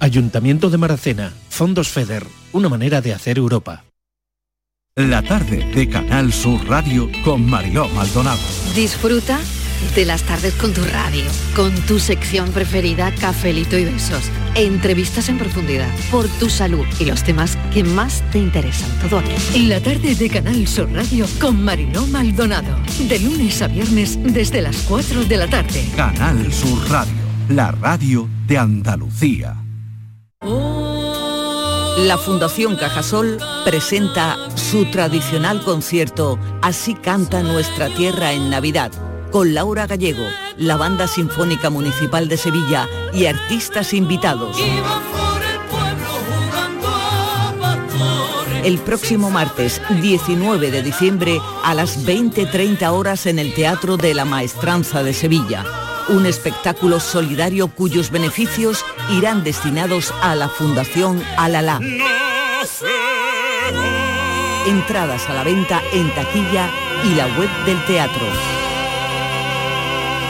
Ayuntamiento de Maracena, Fondos FEDER, una manera de hacer Europa.
La tarde de Canal Sur Radio con Mariló Maldonado.
Disfruta de las tardes con tu radio, con tu sección preferida Cafelito y Besos, e entrevistas en profundidad por tu salud y los temas que más te interesan. Todo aquí.
La tarde de Canal Sur Radio con Mariló Maldonado. De lunes a viernes desde las 4 de la tarde.
Canal Sur Radio, la radio de Andalucía.
La Fundación Cajasol presenta su tradicional concierto Así canta nuestra tierra en Navidad con Laura Gallego, la Banda Sinfónica Municipal de Sevilla y artistas invitados. El próximo martes 19 de diciembre a las 20.30 horas en el Teatro de la Maestranza de Sevilla. Un espectáculo solidario cuyos beneficios irán destinados a la Fundación Alalá. Entradas a la venta en taquilla y la web del teatro.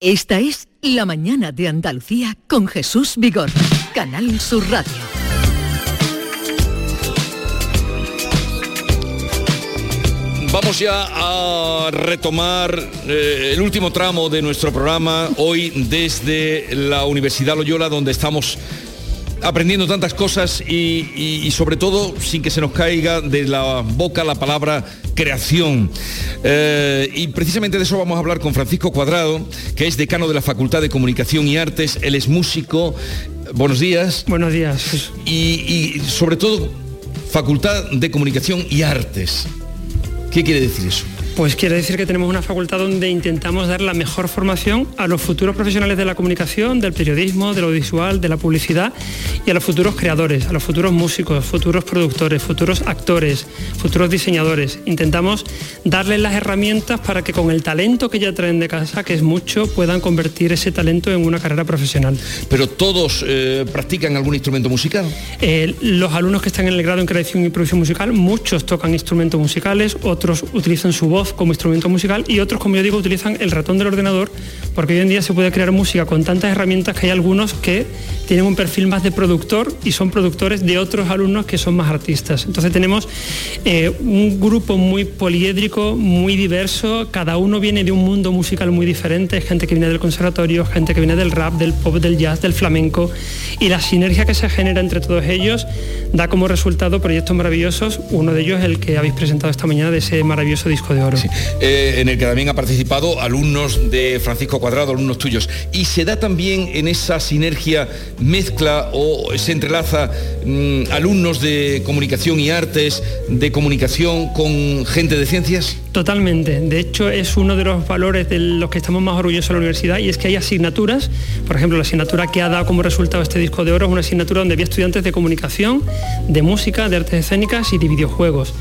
Esta es La mañana de Andalucía con Jesús Vigor, Canal Sur Radio.
Vamos ya a retomar eh, el último tramo de nuestro programa, hoy desde la Universidad Loyola, donde estamos aprendiendo tantas cosas y, y- y sobre todo sin que se nos caiga de la boca la palabra creación. Eh, y precisamente de eso vamos a hablar con Francisco Cuadrado, que es decano de la Facultad de Comunicación y Artes, él es músico. Buenos días.
Buenos días.
Y, y sobre todo, Facultad de Comunicación y Artes. ¿Qué quiere decir eso?
Pues quiere decir que tenemos una facultad donde intentamos dar la mejor formación a los futuros profesionales de la comunicación, del periodismo, del audiovisual, de la publicidad y a los futuros creadores, a los futuros músicos, futuros productores, futuros actores, futuros diseñadores. Intentamos darles las herramientas para que con el talento que ya traen de casa, que es mucho, puedan convertir ese talento en una carrera profesional.
Pero todos eh, practican algún instrumento musical.
Eh, los alumnos que están en el grado en creación y producción musical, muchos tocan instrumentos musicales, otros utilizan su voz como instrumento musical y otros, como yo digo, utilizan el ratón del ordenador, porque hoy en día se puede crear música con tantas herramientas que hay algunos que tienen un perfil más de productor y son productores de otros alumnos que son más artistas. Entonces tenemos eh, un grupo muy poliédrico, muy diverso, cada uno viene de un mundo musical muy diferente, hay gente que viene del conservatorio, gente que viene del rap, del pop, del jazz, del flamenco, y la sinergia que se genera entre todos ellos da como resultado proyectos maravillosos, uno de ellos el que habéis presentado esta mañana de ese maravilloso disco de oro. oro.
eh, en el que también ha participado alumnos de Francisco Cuadrado, alumnos tuyos. Y se da también en esa sinergia, mezcla o se entrelaza mm, alumnos de comunicación y artes, de comunicación con gente de ciencias.
Totalmente. De hecho, es uno de los valores de los que estamos más orgullosos en la universidad y es que hay asignaturas, por ejemplo, la asignatura que ha dado como resultado este disco de oro es una asignatura donde había estudiantes de comunicación, de música, de artes escénicas y de videojuegos.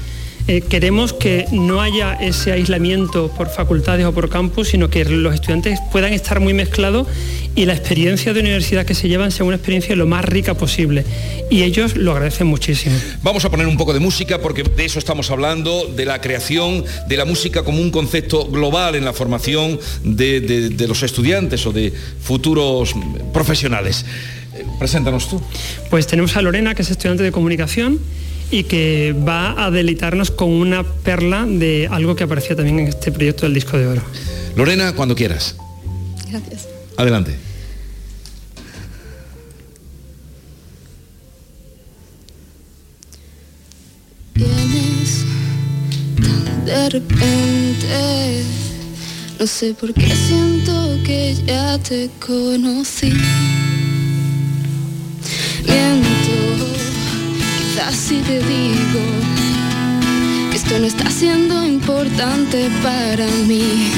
Eh, queremos que no haya ese aislamiento por facultades o por campus, sino que los estudiantes puedan estar muy mezclados y la experiencia de universidad que se llevan sea una experiencia lo más rica posible. Y ellos lo agradecen muchísimo.
Vamos a poner un poco de música porque de eso estamos hablando, de la creación de la música como un concepto global en la formación de, de- de los estudiantes o de futuros profesionales. Eh, Preséntanos tú.
Pues tenemos a Lorena, que es estudiante de comunicación y que va a deleitarnos con una perla de algo que aparecía también en este proyecto del disco de oro.
Lorena, cuando quieras.
Gracias.
Adelante.
Vienes tan de repente. No sé por qué siento que ya te conocí. Miento, quizás si te digo que esto no está siendo importante para mí.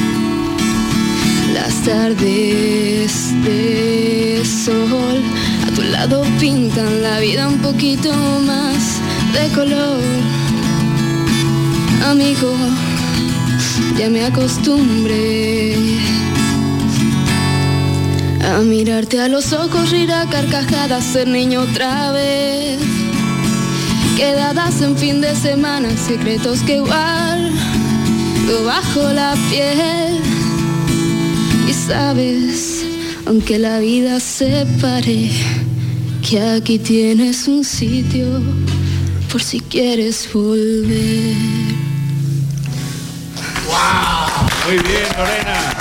Las tardes de sol a tu lado pintan la vida un poquito más de color. Amigo, ya me acostumbré a mirarte a los ojos, rir a carcajadas, ser niño otra vez. Quedadas en fin de semana, secretos que guardo bajo la piel. Y sabes, aunque la vida se pare, que aquí tienes un sitio por si quieres volver.
Muy bien, Lorena.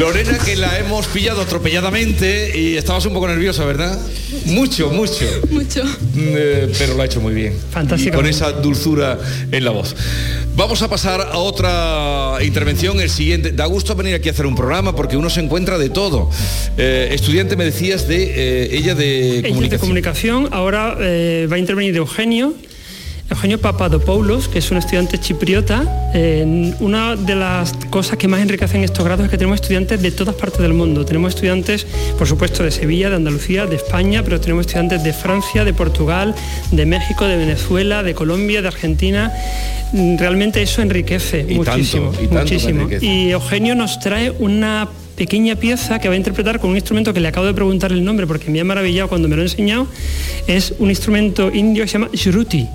Lorena, que la hemos pillado atropelladamente y estabas un poco nerviosa, ¿verdad? Mucho, mucho.
Mucho.
Mm, eh, pero lo ha hecho muy bien. Fantástico. Con esa dulzura en la voz. Vamos a pasar a otra intervención, el siguiente. Da gusto venir aquí a hacer un programa porque uno se encuentra de todo. Eh, estudiante, me decías, de eh, ella de
Ella es de
comunicación.
comunicación, ahora eh, va a intervenir Eugenio, Eugenio Papadopoulos, que es un estudiante chipriota. Eh, una de las cosas que más enriquecen estos grados es que tenemos estudiantes de todas partes del mundo. Tenemos estudiantes, por supuesto, de Sevilla, de Andalucía, de España, pero tenemos estudiantes de Francia, de Portugal, de México, de Venezuela, de Colombia, de Argentina. Mm, Realmente eso enriquece
Y tanto,
muchísimo,
y tanto que
muchísimo.
enriquece.
Y Eugenio nos trae una pequeña pieza que va a interpretar con un instrumento que le acabo de preguntar el nombre porque me ha maravillado cuando me lo ha enseñado. Es un instrumento indio que se llama shruti,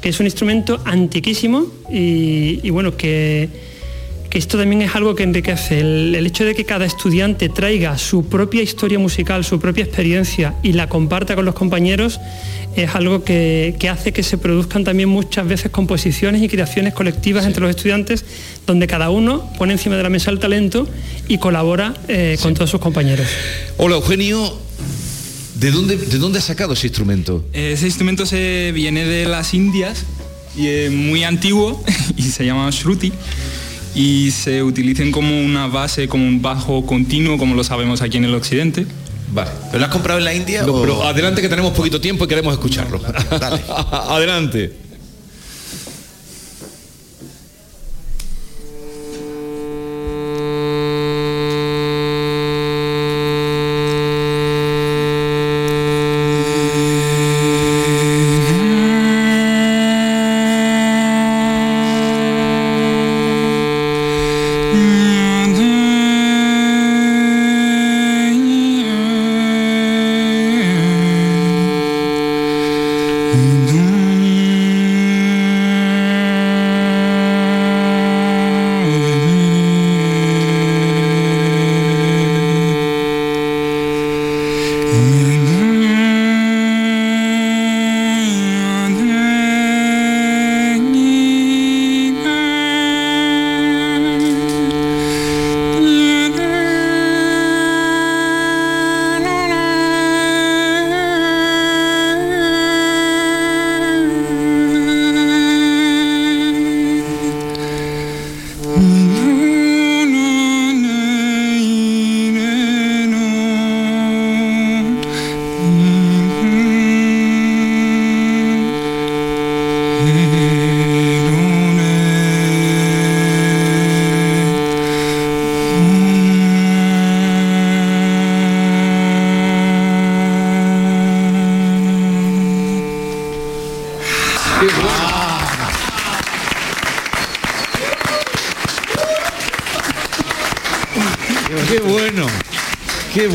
que es un instrumento antiquísimo y, y bueno, que, que esto también es algo que enriquece. El, el hecho de que cada estudiante traiga su propia historia musical, su propia experiencia y la comparta con los compañeros es algo que, que hace que se produzcan también muchas veces composiciones y creaciones colectivas entre los estudiantes, donde cada uno pone encima de la mesa el talento y colabora eh, con todos sus compañeros.
Hola, Eugenio. ¿De dónde, ¿De dónde has sacado ese instrumento?
Eh, Ese instrumento se viene de las Indias y es muy antiguo y se llama Shruti y se utilizan como una base, como un bajo continuo, como lo sabemos aquí en el occidente.
Vale.
¿Pero lo has comprado en la India?
No, pero adelante que tenemos poquito tiempo y queremos escucharlo. adelante.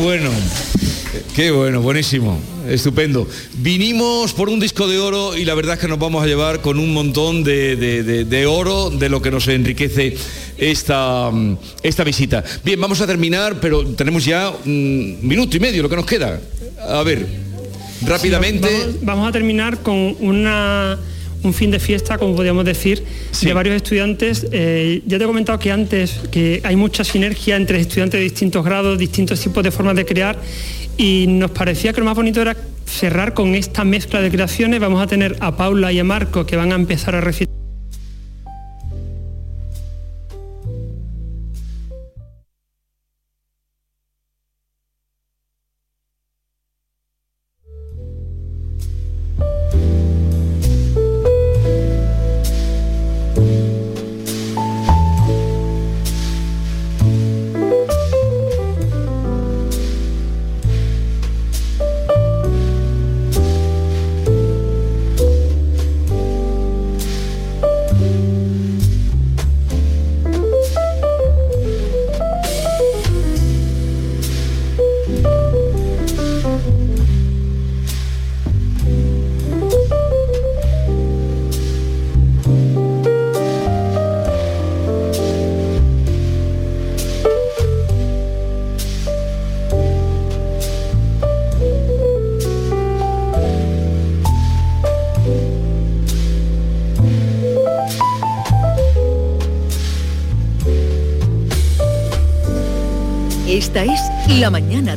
bueno. Qué bueno, buenísimo, estupendo. Vinimos por un disco de oro y la verdad es que nos vamos a llevar con un montón de, de- de- de oro de lo que nos enriquece esta, mm, esta visita. Bien, vamos a terminar, pero tenemos ya un minuto y medio lo que nos queda. A ver, rápidamente.
Sí, vamos, vamos a terminar con una- un fin de fiesta, como podríamos decir, de varios estudiantes. Eh, ya te he comentado que antes que hay mucha sinergia entre estudiantes de distintos grados, distintos tipos de formas de crear, y nos parecía que lo más bonito era cerrar con esta mezcla de creaciones. Vamos a tener a Paula y a Marco que van a empezar a recitar.
Esta es La Mañana